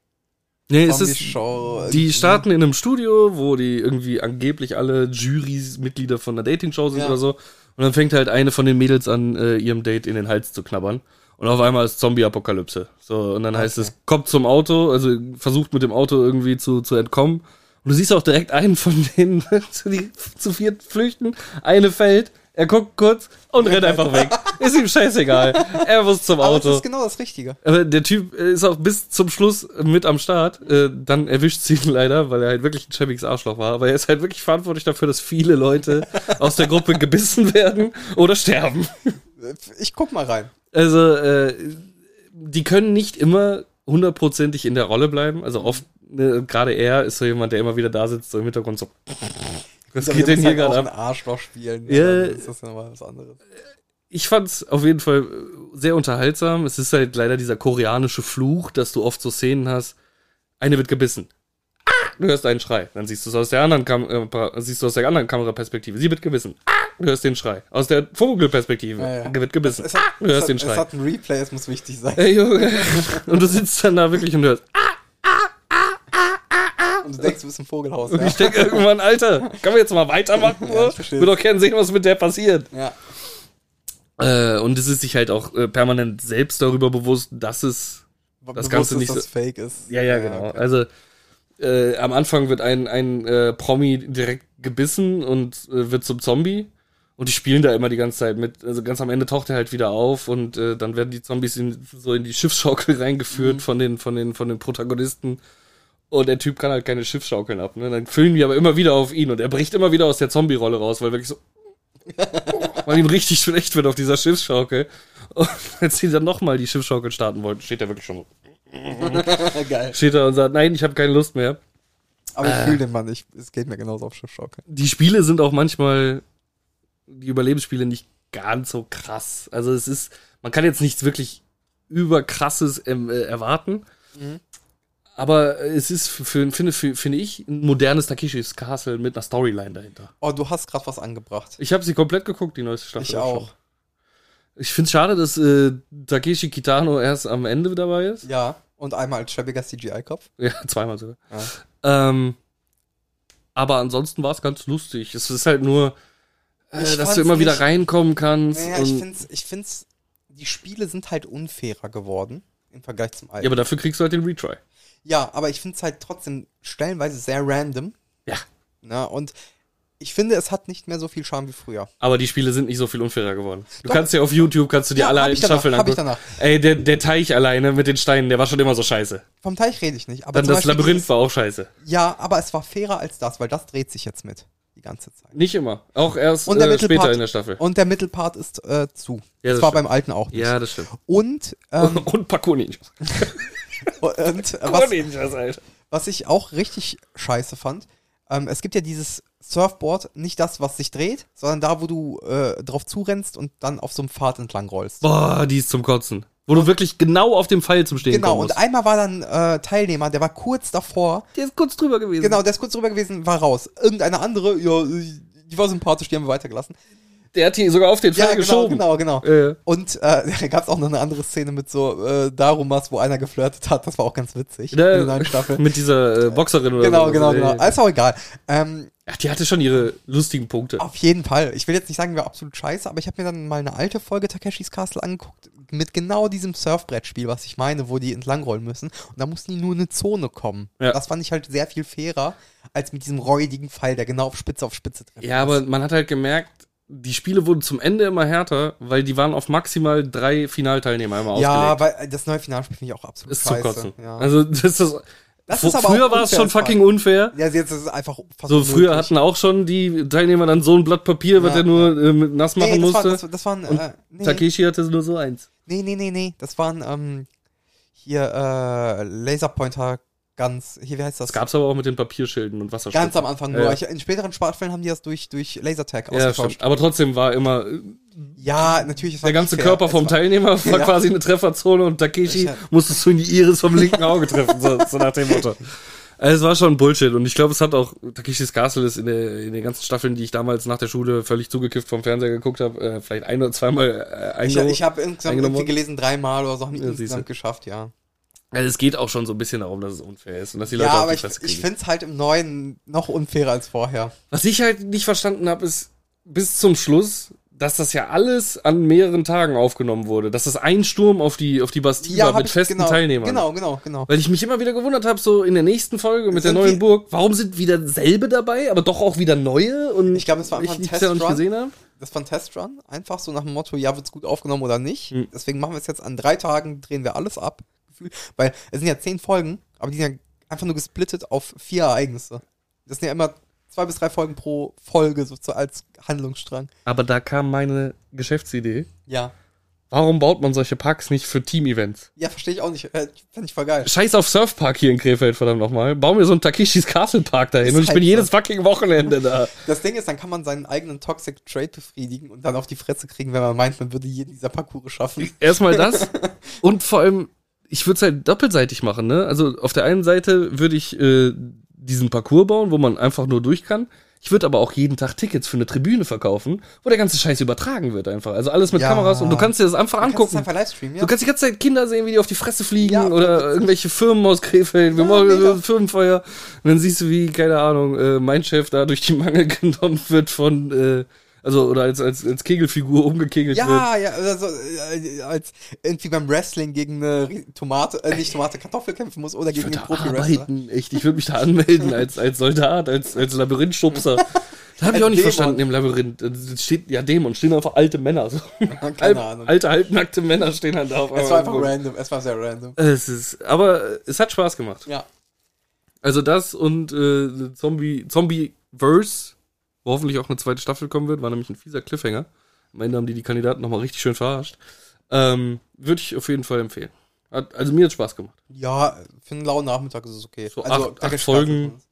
nee, es ist Zombie-Show. Die starten in einem Studio, wo die irgendwie angeblich alle Jury-Mitglieder von einer Dating-Show sind Ja. oder so. Und dann fängt halt eine von den Mädels an, äh, ihrem Date in den Hals zu knabbern. Und auf einmal ist Zombie-Apokalypse. So, und dann heißt Okay. es, kommt zum Auto, also versucht mit dem Auto irgendwie zu, zu entkommen. Und du siehst auch direkt einen von denen zu, die, zu viert flüchten, eine fällt, er guckt kurz und rennt einfach weg. Ist ihm scheißegal. Er muss zum Aber Auto. das ist genau das Richtige. Aber der Typ äh, ist auch bis zum Schluss mit am Start. Äh, dann erwischt sie ihn leider, weil er halt wirklich ein schäbiges Arschloch war. Aber er ist halt wirklich verantwortlich dafür, dass viele Leute aus der Gruppe gebissen werden oder sterben. Ich guck mal rein. Also, äh, die können nicht immer hundertprozentig in der Rolle bleiben. Also oft, ne, gerade er ist so jemand, der immer wieder da sitzt, so im Hintergrund so. Was geht denn hier halt gerade auch ein ab? Arschloch spielen. Ja. Dann ist das nochmal was anderes. ich fand's auf jeden Fall äh, sehr unterhaltsam. Es ist halt leider dieser koreanische Fluch, dass du oft so Szenen hast. Eine wird gebissen. Ah! Du hörst einen Schrei. Dann siehst du es aus der anderen Kam äh, pa- siehst du aus der anderen Kameraperspektive. Sie wird gebissen. Ah! Du hörst den Schrei. Aus der Vogelperspektive Ja, ja. wird gebissen. Es hat, ah! Du hörst den es, hat, Schrei. es hat ein Replay, es muss wichtig sein. Ey, Junge. Und du sitzt dann da wirklich und hörst. Ah, Und du denkst, du bist im Vogelhaus. Und Ja. ich denke irgendwann, Alter, können wir jetzt mal weitermachen? Ja, Ja, ich versteh's. Will doch gern sehen, was mit der passiert. ja. Äh, und es ist sich halt auch äh, permanent selbst darüber bewusst, dass es Bewusst Ganze ist, nicht dass so- es fake ist. Ja, ja, genau. okay. Also äh, am Anfang wird ein, ein äh, Promi direkt gebissen und äh, wird zum Zombie. Und die spielen da immer die ganze Zeit mit. Also ganz am Ende taucht er halt wieder auf und äh, dann werden die Zombies in, so in die Schiffsschaukel reingeführt von, den, von, den, von den Protagonisten. Und der Typ kann halt keine Schiffsschaukeln ab. Ne? Dann füllen die aber immer wieder auf ihn und er bricht immer wieder aus der Zombie-Rolle raus, weil wirklich so. weil ihm richtig schlecht wird auf dieser Schiffsschaukel. Und als sie dann nochmal die Schiffsschaukel starten wollten, steht er wirklich schon so Geil. steht da und sagt, nein, ich habe keine Lust mehr. Aber Ah. ich fühle den Mann. Ich, es geht mir genauso auf Schiffschaukel. Die Spiele sind auch manchmal, die Überlebensspiele, nicht ganz so krass. Also es ist, man kann jetzt nichts wirklich überkrasses ähm, äh, erwarten. Mhm. Aber es ist, für, für, finde für- finde ich, ein modernes Takeshis Castle mit einer Storyline dahinter. Oh, du hast gerade was angebracht. Ich habe sie komplett geguckt, die neueste Staffel. Ich auch. Ich finde es schade, dass äh, Takeshi Kitano erst am Ende dabei ist. Ja. Und einmal als schäbiger CGI-Kopf. Ja, zweimal sogar. Ähm, aber ansonsten war es ganz lustig. Es ist halt nur, äh, Ich dass fand's du immer wieder nicht- reinkommen kannst. Naja, und, ich find's, ich find's, die Spiele sind halt unfairer geworden im Vergleich zum alten. ja, aber dafür kriegst du halt den Retry. Ja, aber ich find's halt trotzdem stellenweise sehr random. Ja. Ne? Und ich finde, es hat nicht mehr so viel Charme wie früher. Aber die Spiele sind nicht so viel unfairer geworden. Du Doch. kannst ja auf YouTube, kannst du dir Ja, alle hab alten ich danach, Staffeln hab ich angucken. Ey, der, der Teich alleine mit den Steinen, der war schon immer so scheiße. Vom Teich rede ich nicht. Aber Dann zum das Beispiel Labyrinth war auch scheiße. Dieses, ja, aber es war fairer als das, weil das dreht sich jetzt mit. Die ganze Zeit. Nicht immer. Auch erst Und der äh, Mittelpart, später in der Staffel. Und der Mittelpart ist äh, zu. Ja, das das war stimmt. beim alten auch nicht. Ja, das stimmt. Und, ähm, Und Paco Ninjas. Oh, und äh, Paco was, Ninjas, Alter. was ich auch richtig scheiße fand, ähm, es gibt ja dieses Surfboard, nicht das, was sich dreht, sondern da, wo du äh, drauf zurennst und dann auf so einem Pfad entlang rollst. Boah, die ist zum Kotzen. Wo du wirklich genau auf dem Pfeil zum Stehen Genau, kommen und musst. einmal war dann äh, Teilnehmer, der war kurz davor, Der ist kurz drüber gewesen. Genau, der ist kurz drüber gewesen, war raus. Irgendeine andere, ja, die war sympathisch, die haben wir weitergelassen. Der hat hier sogar auf den Pfeil Ja, genau, geschoben. genau, genau. Äh. Und äh, da gab es auch noch eine andere Szene mit so äh, Darumas, wo einer geflirtet hat. Das war auch ganz witzig. Ne? in der neuen Staffel. Mit dieser äh, Boxerin oder genau, so. genau, Ey. genau. Ist auch egal. Ähm, Ach, die hatte schon ihre lustigen Punkte. auf jeden Fall. Ich will jetzt nicht sagen, wir absolut scheiße, aber ich habe mir dann mal eine alte Folge Takeshis Castle angeguckt mit genau diesem Surfbrettspiel, was ich meine, wo die entlangrollen müssen. Und da mussten die nur in eine Zone kommen. Ja. Das fand ich halt sehr viel fairer als mit diesem räudigen Pfeil, der genau auf Spitze auf Spitze trifft. Ja, aber man hat halt gemerkt, die Spiele wurden zum Ende immer härter, weil die waren auf maximal drei Finalteilnehmer immer Ja, ausgelegt. weil äh, das neue Finalspiel finde ich auch absolut Ist zum scheiße. Kotzen. Ja. Also das ist, Das fr- ist aber früher auch war es unfair schon als Fakt. fucking unfair. ja, jetzt ist es einfach fast So früher unmöglich. hatten auch schon die Teilnehmer dann so ein Blatt Papier, was Ja. er nur äh, mit nass machen nee, das musste. Waren, das, das waren, äh, nee, Takeshi hatte nur so eins. nee, nee, nee, nee, das waren ähm, hier äh, Laserpointer ganz, hier, wie heißt das? Das gab's aber auch mit den Papierschilden und Wasserstoff. ganz am Anfang Ja, nur. ja. Ich, in späteren Spartfällen haben die das durch, durch Lasertag ja, ausgetauscht. stimmt. Aber trotzdem war immer äh, Ja, natürlich. es war der ganze nicht fair. Körper vom Es war- Teilnehmer war Ja. quasi eine Trefferzone und Takeshi Ja. musstest du in die Iris vom linken Auge treffen, so, so nach dem Motto. Also, Es war schon Bullshit und ich glaube, es hat auch Takeshis Castle ist in, der, in den ganzen Staffeln, die ich damals nach der Schule völlig zugekifft vom Fernseher geguckt habe, äh, vielleicht ein oder zweimal äh, Ich, eingenommen. ich habe insgesamt eingenommen irgendwie gelesen, dreimal oder so haben die Ja, siehst du. insgesamt geschafft, ja. Also es geht auch schon so ein bisschen darum, dass es unfair ist und dass die Leute Ja, auch aber die ich, Fresse ich kriegen. finde es halt im Neuen noch unfairer als vorher. Was ich halt nicht verstanden habe, ist bis zum Schluss, dass das ja alles an mehreren Tagen aufgenommen wurde. Dass das ein Sturm auf die, auf die Bastille war hab mit festen genau, Teilnehmern. Genau, genau, genau. Weil ich mich immer wieder gewundert habe, so in der nächsten Folge mit der Sind neuen wir- Burg, warum sind wieder selbe dabei, aber doch auch wieder neue und Ich glaube, es war einfach ein die bisher noch nicht Testrun. gesehen habe? Das war ein Testrun, einfach so nach dem Motto, ja, wird's gut aufgenommen oder nicht. Hm. Deswegen machen wir es jetzt an drei Tagen, drehen wir alles ab. Gefühl- Weil es sind ja zehn Folgen, aber die sind ja einfach nur gesplittet auf vier Ereignisse. Das sind ja immer zwei bis drei Folgen pro Folge, so zu- als Handlungsstrang. Aber da kam meine Geschäftsidee. Ja. Warum baut man solche Parks nicht für Team-Events? Ja, verstehe ich auch nicht. Äh, Fände ich voll geil. Scheiß auf Surfpark hier in Krefeld, verdammt nochmal. Bau mir so einen Takeshis Castle Park dahin Ist und ich halt bin so. jedes fucking Wochenende da. Das Ding ist, dann kann man seinen eigenen Toxic Trade befriedigen und dann auf die Fresse kriegen, wenn man meint, man würde jeden dieser Parcours schaffen. Erstmal das und vor allem, ich würde es halt doppelseitig machen, ne? Also auf der einen Seite würde ich äh, diesen Parcours bauen, wo man einfach nur durch kann. Ich würde aber auch jeden Tag Tickets für eine Tribüne verkaufen, wo der ganze Scheiß übertragen wird einfach. Also alles mit Ja. Kameras und du kannst dir das einfach Kannst du angucken. einfach livestreamen, ja? Du kannst die ganze Zeit Kinder sehen, wie die auf die Fresse fliegen Ja, oder irgendwelche Firmen aus Krefeld. Wir Ja, machen mega. ein Firmenfeuer. Und dann siehst du, wie, keine Ahnung, äh, mein Chef da durch die Mangel genommen wird von, äh, also, oder als, als, als Kegelfigur umgekegelt wird. Ja, ja, also, äh, als irgendwie beim Wrestling gegen eine Rie- Tomate, äh, nicht Tomate, Kartoffel kämpfen muss oder gegen Ich den würde da Profi-Wrestler. arbeiten, echt. Ich würde mich da anmelden als, als Soldat, als, als Labyrinthschubser. Das habe ich auch nicht Dämon. verstanden im Labyrinth. Also, Das steht, ja, Dämon, stehen einfach alte Männer. So. Keine Ahnung. Alte, halbnackte Männer stehen dann da auf Es war einfach irgendwo. random, es war sehr random. es ist, aber es hat Spaß gemacht. Ja. Also das und äh, Zombie, Zombie-Verse, wo hoffentlich auch eine zweite Staffel kommen wird, war nämlich ein fieser Cliffhanger. Am Ende haben die die Kandidaten nochmal richtig schön verarscht. Ähm, Würde ich auf jeden Fall empfehlen. Hat, also mir hat Spaß gemacht. Ja, für einen lauen Nachmittag ist es okay. Also, So acht- da acht geht's Folgen. Spaß mit uns.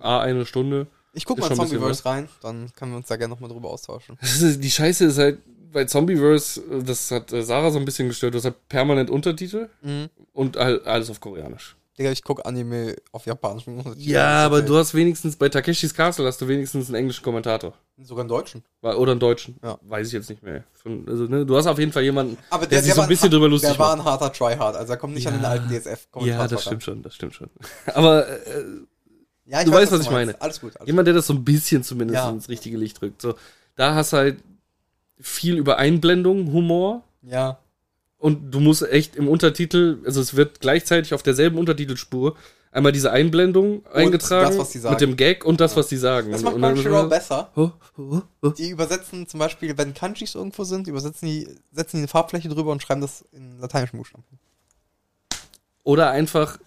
A, eine Stunde. Ich guck Ist mal in schon ein bisschen Zombieverse rein, dann können wir uns da gerne nochmal drüber austauschen. Das ist, die Scheiße ist halt bei Zombieverse, äh, das hat äh, Sarah so ein bisschen gestört, du hast halt permanent Untertitel und all- alles auf Koreanisch. Digga, ich guck Anime auf Japanisch. Ja, aber du hast wenigstens, bei Takeshis Castle hast du wenigstens einen englischen Kommentator. Sogar im Deutschen. Wa- Oder einen deutschen. Ja. Weiß ich jetzt nicht mehr. Von, also, ne, du hast auf jeden Fall jemanden, Aber der, sich so war ein bisschen har- drüber lustig Der war macht. ein harter Tryhard, also er kommt nicht an den Ja. alten DSF-Kommentar. Ja, das stimmt schon, das stimmt schon. Aber äh, Ja, ich Du weißt, was ich du meinst. meine. Alles gut. Alles jemand, der das so ein bisschen zumindest Ja. ins richtige Licht drückt. So, da hast du halt viel über Einblendung, Humor, gut. Ja. Und du musst echt im Untertitel, also es wird gleichzeitig auf derselben Untertitelspur einmal diese Einblendung eingetragen das, was die sagen. mit dem Gag und das, was die sagen. Das macht Und dann- Crunchyroll besser. Oh, oh, oh. Die übersetzen zum Beispiel, wenn Kanjis irgendwo sind, übersetzen die, setzen die eine Farbfläche drüber und schreiben das in lateinischen Buchstaben. Oder einfach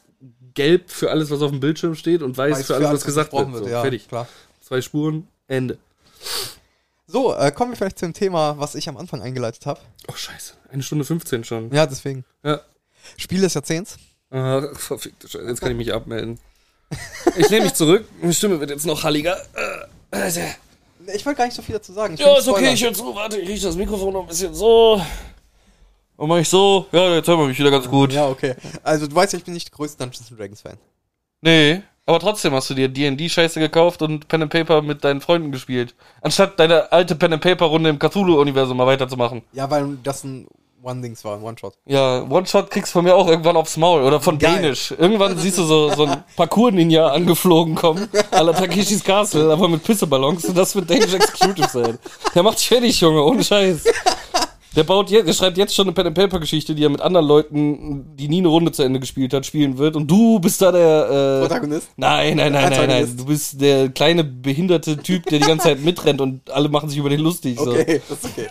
gelb für alles, was auf dem Bildschirm steht und weiß, Weiß für alles, was gesagt wird. gesprochen so, ja, fertig. Klar. Zwei Spuren, Ende. So, äh, kommen wir vielleicht zum Thema, was ich am Anfang eingeleitet habe. Oh, scheiße. Eine Stunde 15 schon. Ja, deswegen. Ja. Spiel des Jahrzehnts. Ach, verfickte Scheiße. Jetzt kann ich mich abmelden. Ich nehme mich zurück. Meine Stimme wird jetzt noch halliger. Äh, also. Ich wollte gar nicht so viel dazu sagen. Ich will Ja, nicht ist okay. spoilern. Ich höre zu. Warte, ich rieche das Mikrofon noch ein bisschen so. Und mache ich so. Ja, jetzt hören wir mich wieder ganz gut. Ja, okay. Also, du weißt ja, ich bin nicht der größte Dungeons Dragons Fan. Nee, aber trotzdem hast du dir D&D-Scheiße gekauft und Pen and Paper mit deinen Freunden gespielt. Anstatt deine alte Pen and Paper-Runde im Cthulhu-Universum mal weiterzumachen. Ja, weil das ein One-Dings war, ein One-Shot. Ja, One-Shot kriegst von mir auch irgendwann aufs Maul oder von Geil. Dänisch. Irgendwann siehst du so, so einen Parkour-Ninja angeflogen kommen, à la Takeshis Castle, aber mit Pisseballons und das wird Danish Exclusive sein. Der macht dich fertig, Junge, ohne Scheiß. Der baut jetzt, der schreibt jetzt schon eine Pen and Paper Geschichte, die er mit anderen Leuten, die nie eine Runde zu Ende gespielt hat, spielen wird. Und du bist da der äh, Protagonist? Nein, nein, nein, nein, nein. Antagonist. Du bist der kleine behinderte Typ, der die ganze Zeit mitrennt und alle machen sich über den lustig. So. Okay, das ist okay.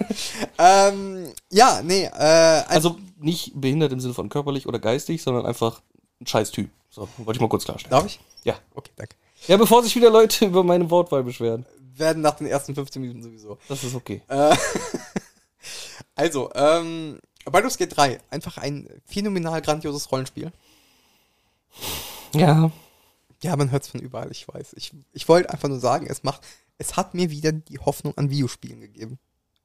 ähm, ja, nee, äh, also, Also nicht behindert im Sinne von körperlich oder geistig, sondern einfach ein Scheiß-Typ. So, wollte ich mal kurz klarstellen. darf ich? Ja. Okay, danke. Ja, bevor sich wieder Leute über meine Wortwahl beschweren. Werden nach den ersten 15 Minuten sowieso. Das ist okay. Äh, also, ähm, Baldur's Gate 3, einfach ein phänomenal grandioses Rollenspiel. Ja. Ja, man hört es von überall, ich weiß. Ich, ich wollte einfach nur sagen, es macht, es hat mir wieder die Hoffnung an Videospielen gegeben.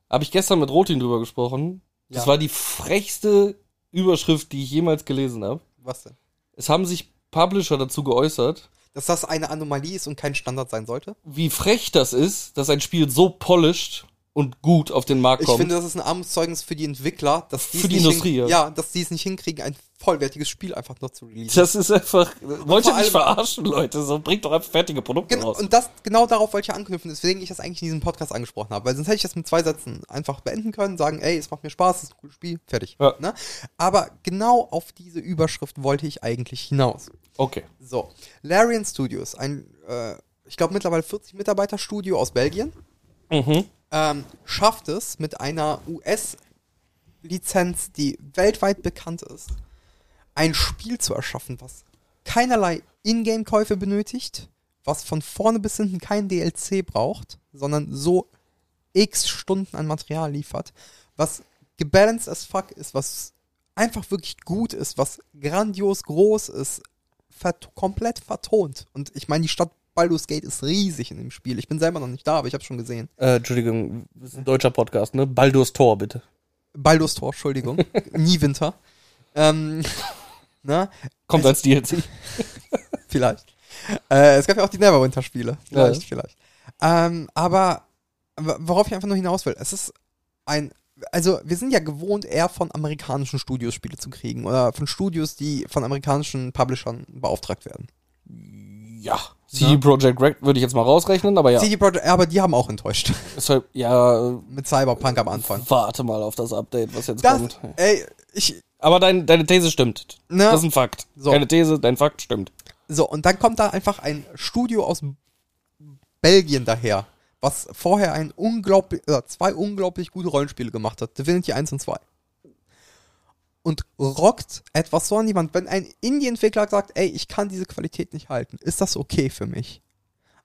Habe ich gestern mit Rotin drüber gesprochen. Das Ja. war die frechste Überschrift, die ich jemals gelesen habe. Was denn? Es haben sich Publisher dazu geäußert, Dass das eine Anomalie ist und kein Standard sein sollte. wie frech das ist, dass ein Spiel so polished und gut auf den Markt Ich kommt. finde, das ist ein Armutszeugnis für die Entwickler, dass die Für es die nicht Industrie, hin- ja. ja, dass die es nicht hinkriegen, ein vollwertiges Spiel einfach nur zu releasen. Das ist einfach. Wollt ihr vor mich allem- verarschen, Leute? So bringt doch einfach fertige Produkte Genau, raus. und das genau darauf wollte ich anknüpfen, deswegen ich das eigentlich in diesem Podcast angesprochen habe, weil sonst hätte ich das mit zwei Sätzen einfach beenden können, sagen, ey, es macht mir Spaß, es ist ein cooles Spiel, fertig. Ja. Ne? Aber genau auf diese Überschrift wollte ich eigentlich hinaus. Okay. So, Larian Studios, ein, äh, ich glaube mittlerweile 40 Mitarbeiter Studio aus Belgien, Mhm. ähm, schafft es mit einer US-Lizenz, die weltweit bekannt ist, ein Spiel zu erschaffen, was keinerlei Ingame-Käufe benötigt, was von vorne bis hinten kein DLC braucht, sondern so x Stunden an Material liefert, was gebalanced as fuck ist, was einfach wirklich gut ist, was grandios groß ist, vert komplett vertont. Und ich meine, die Stadt Baldur's Gate ist riesig in dem Spiel. Ich bin selber noch nicht da, aber ich habe schon gesehen. Äh, Entschuldigung, das ist ein deutscher Podcast, ne? Baldur's Tor, bitte. Baldur's Tor, Entschuldigung. Nie Winter. Ähm, na, Kommt als DLC. vielleicht. Äh, es gab ja auch die Neverwinter-Spiele. Vielleicht, Ja. vielleicht. Ähm, aber w- worauf ich einfach nur hinaus will, es ist ein. Also, wir sind ja gewohnt, eher von amerikanischen Studios Spiele zu kriegen oder von Studios, die von amerikanischen Publishern beauftragt werden. Ja. CD Projekt Red würde ich jetzt mal rausrechnen, aber ja. CD Projekt, aber die haben auch enttäuscht. Ist halt, ja, äh, Mit Cyberpunk am Anfang. warte mal auf das Update, was jetzt Das, kommt. ey, ich, Aber dein, deine These stimmt. Na? Das ist ein Fakt. So. Deine These, dein Fakt stimmt. So, und dann kommt da einfach ein Studio aus Belgien daher, was vorher ein unglaublich, oder zwei unglaublich gute Rollenspiele gemacht hat, Divinity 1 und 2. Und rockt etwas so an die Wand. Wenn ein Indie-Entwickler sagt, ey, ich kann diese Qualität nicht halten, ist das okay für mich.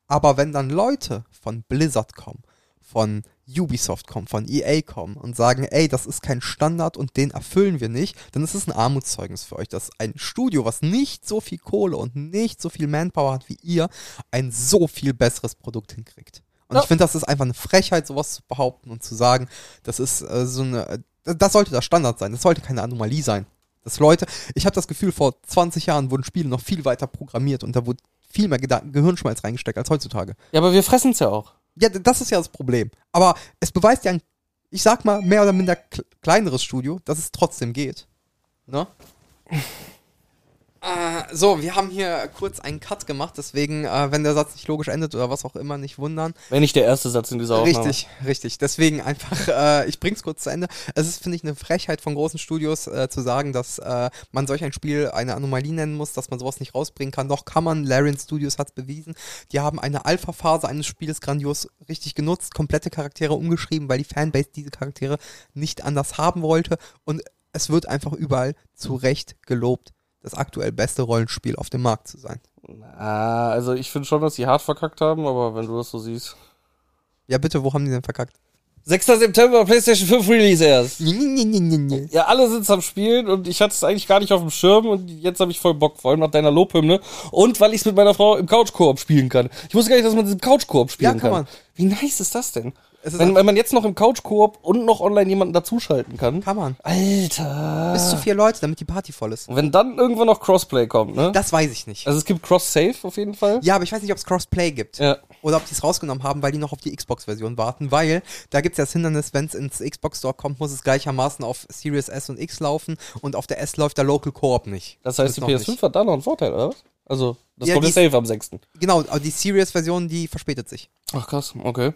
Aber wenn dann Leute von Blizzard kommen, von Ubisoft kommen, von EA kommen und sagen, ey, das ist kein Standard und den erfüllen wir nicht, dann ist es ein Armutszeugnis für euch, dass ein Studio, was nicht so viel Kohle und nicht so viel Manpower hat wie ihr, ein so viel besseres Produkt hinkriegt. Und Ja. ich finde, das ist einfach eine Frechheit, sowas zu behaupten und zu sagen, das ist äh, so eine, äh, das sollte der Standard sein, das sollte keine Anomalie sein. Dass Leute, ich habe das Gefühl, vor 20 Jahren wurden Spiele noch viel weiter programmiert und da wurde viel mehr Gedan- Gehirnschmalz reingesteckt als heutzutage. Ja, aber wir fressen es ja auch. Ja, d- das ist ja das Problem. Aber es beweist ja ein, ich sag mal, mehr oder minder kl kleineres Studio, dass es trotzdem geht. Ne? Äh, so, wir haben hier kurz einen Cut gemacht, deswegen, äh, wenn der Satz nicht logisch endet oder was auch immer, nicht wundern. Wenn nicht der erste Satz in dieser Aufnahme. Richtig, richtig. Deswegen einfach, äh, ich bring's kurz zu Ende. Es ist, finde ich, eine Frechheit von großen Studios äh, zu sagen, dass äh, man solch ein Spiel eine Anomalie nennen muss, dass man sowas nicht rausbringen kann. Doch kann man, Larian Studios hat's bewiesen. Die haben eine Alpha-Phase eines Spiels grandios richtig genutzt, komplette Charaktere umgeschrieben, weil die Fanbase diese Charaktere nicht anders haben wollte. Und es wird einfach überall zu Recht gelobt, das aktuell beste Rollenspiel auf dem Markt zu sein. Ah, also ich finde schon, dass die hart verkackt haben, aber wenn du das so siehst. Ja, bitte, wo haben die denn verkackt? 6. September, PlayStation 5 Release erst. Nee, nee, nee, nee, nee. Ja, alle sind's am Spielen und ich hatte es eigentlich gar nicht auf dem Schirm und jetzt habe ich voll Bock, vor allem nach deiner Lobhymne und weil ich es mit meiner Frau im Couch-Koop spielen kann. Ich wusste gar nicht, dass man das im Couch-Koop spielen kann kann. man. Wie nice ist das denn? Es ist wenn, ein- wenn man jetzt noch im Couch-Koop und noch online jemanden dazuschalten kann. Kann man. Alter. Bis zu vier Leute, damit die Party voll ist. Und wenn dann irgendwann noch Crossplay kommt, ne? Das weiß ich nicht. also es gibt Cross-Save auf jeden Fall. Ja, aber ich weiß nicht, ob es Crossplay gibt. Ja. Oder ob die es rausgenommen haben, weil die noch auf die Xbox-Version warten. Weil da gibt es ja das Hindernis, wenn es ins Xbox-Store kommt, muss es gleichermaßen auf Series S und X laufen und auf der S läuft der Local Coop nicht. Das heißt, Ist die noch PS5 nicht. hat da noch einen Vorteil, oder was? Also, das Ja, kommt die jetzt safe am 6. Genau, aber die Series-Version, die verspätet sich. Ach krass, okay.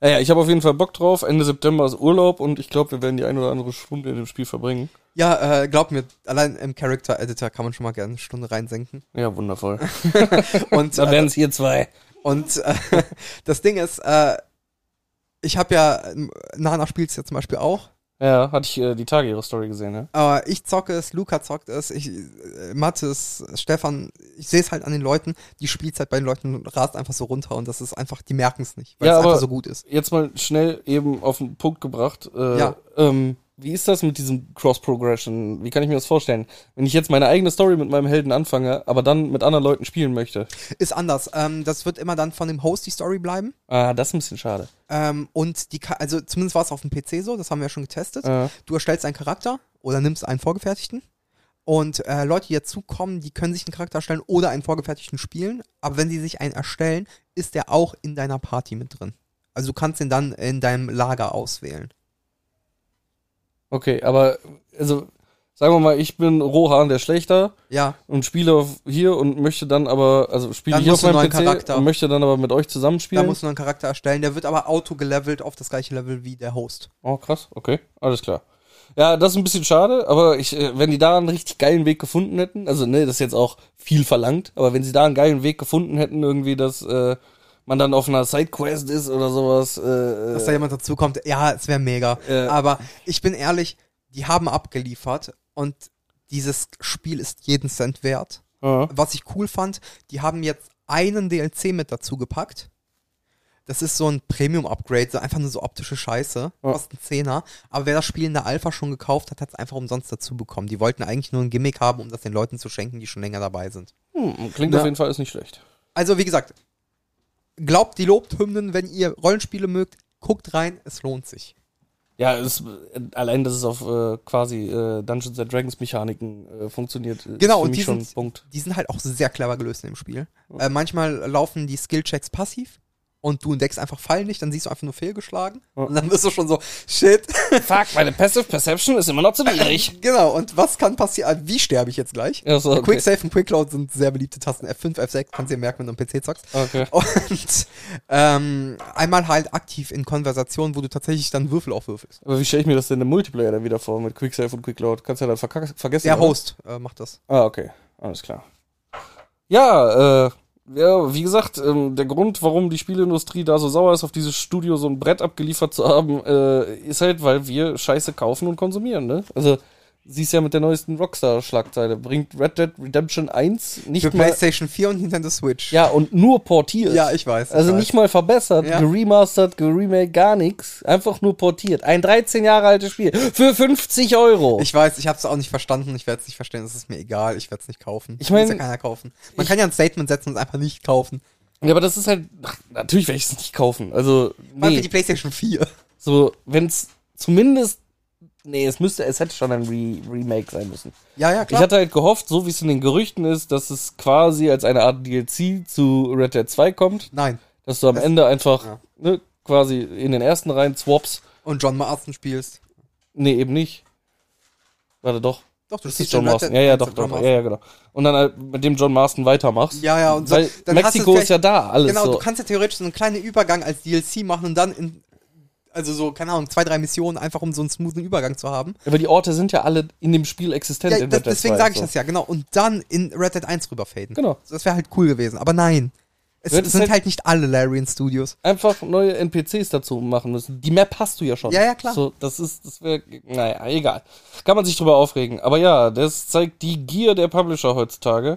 Naja, ich habe auf jeden Fall Bock drauf. Ende September ist Urlaub und ich glaube, wir werden die ein oder andere Stunde in dem Spiel verbringen. Ja, äh, glaub mir, allein im Character-Editor kann man schon mal gerne eine Stunde reinsenken. Ja, wundervoll. Und Dann werden es hier zwei. Und äh, das Ding ist, äh, ich habe ja, ähm, Nana spielt es ja zum Beispiel auch, Ja, hatte ich äh, die Tage ihre Story gesehen, ja. aber ich zocke es, Luca zockt es, ich, äh, Mathis, Stefan, ich sehe es halt an den Leuten, die Spielzeit bei den Leuten rast einfach so runter und das ist einfach, die merken es nicht, weil Ja, es einfach aber- so gut ist. Jetzt mal schnell eben auf den Punkt gebracht. Äh, Ja. Ähm, wie ist das mit diesem Cross-Progression? Wie kann ich mir das vorstellen? Wenn ich jetzt meine eigene Story mit meinem Helden anfange, aber dann mit anderen Leuten spielen möchte. Ist anders. Ähm, das wird immer dann von dem Host die Story bleiben. Ah, das ist ein bisschen schade. Ähm, und die, Ka- also zumindest war es auf dem PC so, das haben wir ja schon getestet. Ja. Du erstellst einen Charakter oder nimmst einen vorgefertigten. Und äh, Leute, die dazukommen, die können sich einen Charakter erstellen oder einen vorgefertigten spielen. Aber wenn sie sich einen erstellen, ist der auch in deiner Party mit drin. Also du kannst ihn dann in deinem Lager auswählen. Okay, aber, also, sagen wir mal, ich bin Rohan, der Schlechter. Ja, und spiele auf hier und möchte dann aber, also spiele Dann hier auf musst du meinem einen PC neuen Charakter. und möchte dann aber mit euch da zusammenspielen. musst du einen Charakter erstellen. Der wird aber auto gelevelt auf das gleiche Level wie der Host. Oh, krass, okay, alles klar. Ja, das ist ein bisschen schade, aber ich, äh, wenn die da einen richtig geilen Weg gefunden hätten, also ne, das ist jetzt auch viel verlangt, aber wenn sie da einen geilen Weg gefunden hätten, irgendwie, dass äh, man dann auf einer Sidequest ist oder sowas, äh, dass da jemand dazukommt, ja, es wäre mega. Ja. Aber ich bin ehrlich, die haben abgeliefert und dieses Spiel ist jeden Cent wert. äh, Was ich cool fand, die haben jetzt einen DLC mit dazu gepackt. Das ist so ein Premium-Upgrade, so einfach nur so optische Scheiße. Ja. Kostet einen Zehner. Aber wer das Spiel in der Alpha schon gekauft hat, hat es einfach umsonst dazu bekommen. Die wollten eigentlich nur ein Gimmick haben, um das den Leuten zu schenken, die schon länger dabei sind. hm, klingt Na. auf jeden Fall ist nicht schlecht. Also, wie gesagt, glaubt die Lobthymnen, wenn ihr Rollenspiele mögt, guckt rein, es lohnt sich. Ja, es, äh, allein, dass es auf äh, quasi äh, Dungeons and Dragons Mechaniken äh, funktioniert, ist Genau, für und mich die schon ein sind- Punkt. die sind halt auch sehr clever gelöst in dem Spiel. Äh, manchmal laufen die Skillchecks passiv und du entdeckst einfach Fallen nicht, dann siehst du einfach nur fehlgeschlagen und dann bist du schon so, shit. Fuck, meine Passive Perception ist immer noch zu niedrig. genau, und was kann passieren? Wie sterbe ich jetzt gleich? Ja, so, okay. Quick Save und Quick Load sind sehr beliebte Tasten. F5, F6, kannst du dir merken, wenn du am PC zockst. Okay. Und ähm, einmal halt aktiv in Konversationen, wo du tatsächlich dann Würfel aufwürfelst. Aber wie stelle ich mir das denn im Multiplayer dann wieder vor mit Quicksave und Quickload? Kannst du ja dann verkack- vergessen. Der oder? Host äh, macht das. Ah, okay. Alles klar. Ja, äh, ja, wie gesagt, ähm, der Grund, warum die Spielindustrie da so sauer ist, auf dieses Studio so ein Brett abgeliefert zu haben, äh, ist halt, weil wir Scheiße kaufen und konsumieren, ne? Also, siehst ja mit der neuesten Rockstar-Schlagzeile. Bringt Red Dead Redemption 1 Für nicht mal. PlayStation 4 und Nintendo Switch. Ja, und nur portiert. Ja, ich weiß. ich Also weiß. nicht mal verbessert, Ja. geremastert, geremake, gar nichts. Einfach nur portiert. Ein 13 Jahre altes Spiel für 50 Euro. Ich weiß, ich habe es auch nicht verstanden. Ich werde es nicht verstehen. Es ist mir egal. Ich werde es nicht kaufen. Ich mein- Will's ja keiner kaufen. Man kann ja ein Statement setzen und es einfach nicht kaufen. ja, aber das ist halt, ach, natürlich werde ich es nicht kaufen. Also, Vor allem für nee. die PlayStation 4. So, wenn es zumindest, nee, es müsste, es hätte schon ein Re Remake sein müssen. Ja, ja, Ich hatte halt gehofft, so wie es in den Gerüchten ist, dass es quasi als eine Art DLC zu Red Dead 2 kommt, Nein. dass du am Ende einfach, ja. ne, quasi in den ersten Reihen swaps. Und John Marston spielst. Nee, eben nicht. Warte doch. Doch, du Das siehst ist John den Red Marston. Dead Ja, ja, doch, Redemption doch. John Ja, ja, genau. Und dann halt mit dem John Marston weitermachst. Ja, ja, und so- Weil dann hast Mexiko du ist ja da, alles Genau, so. du kannst ja theoretisch so einen kleinen Übergang als DLC machen und dann in, also so, keine Ahnung, zwei, drei Missionen, einfach um so einen smoothen Übergang zu haben. Aber die Orte sind ja alle in dem Spiel existent. Ja, in das, Red Dead deswegen 2, sage ich so. das ja, genau. Und dann in Red Dead 1 rüberfaden. Genau. So, Das wäre halt cool gewesen, aber nein. Es Red Dead sind Dead- halt nicht alle Larian Studios. Einfach neue NPCs dazu machen müssen. Die Map hast du ja schon. Ja, ja, klar. So, das ist, das wäre, naja, egal. Kann man sich drüber aufregen. Aber ja, das zeigt die Gier der Publisher heutzutage.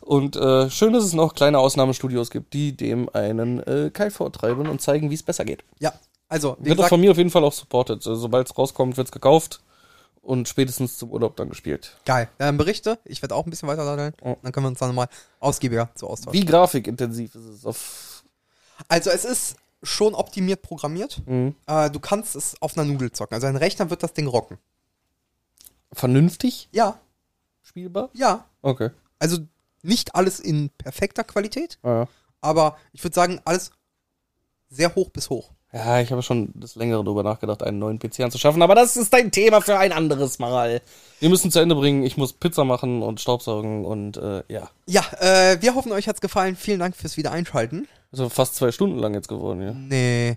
Und äh, schön ist es noch, kleine Ausnahmestudios gibt, die dem einen äh, Kai vortreiben und zeigen, wie es besser geht. Ja, also, wie Wird auch gesagt, von mir auf jeden Fall auch supported. Also, Sobald es rauskommt, wird es gekauft und spätestens zum Urlaub dann gespielt. geil. Dann Berichte, ich werde auch ein bisschen weiter daddeln. Oh. Dann können wir uns dann nochmal ausgiebiger zu austauschen. Wie grafikintensiv ist es? Auf Also es ist schon optimiert programmiert. Äh, du kannst es auf einer Nudel zocken. Also ein Rechner wird das Ding rocken. vernünftig Ja, spielbar? ja. Okay. Also nicht alles in perfekter Qualität, Ah, ja. aber ich würde sagen, alles sehr hoch bis hoch. Ja, ich habe schon des Längeren darüber nachgedacht, einen neuen PC anzuschaffen, aber das ist ein Thema für ein anderes Mal. Wir müssen zu Ende bringen, ich muss Pizza machen und Staubsaugen und äh, ja. Ja, äh, wir hoffen, euch hat's gefallen. Vielen Dank fürs Wiedereinschalten. Also fast zwei Stunden lang jetzt geworden, ja. Nee.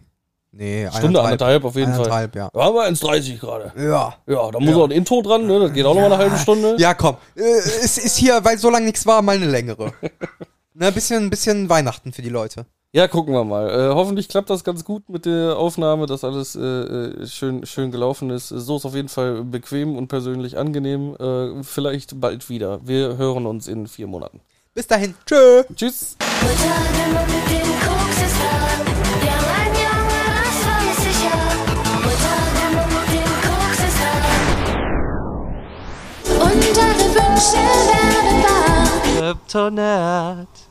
Nee, Stunde, anderthalb auf jeden Fall. Eineinhalb, ja. Da haben wir 1,30 gerade. Ja. Ja, da muss Ja. auch ein Intro dran, ne? Das geht auch nochmal eine halbe Stunde. Ja, komm. Äh, es ist hier, weil so lange nichts war, mal eine längere. Ne, bisschen, bisschen Weihnachten für die Leute. Ja, gucken wir mal. Äh, hoffentlich klappt das ganz gut mit der Aufnahme, dass alles äh, äh, schön, schön gelaufen ist. So ist auf jeden Fall bequem und persönlich angenehm. Äh, vielleicht bald wieder. Wir hören uns in vier Monaten. Bis dahin. Tschö. Tschüss. Mutter, mit dem Koks ist da. Ja, mein Junge, das weiß ich ja. Mutter, mit dem Koks ist da. Und alle Wünsche werden wahr. Kryptonat.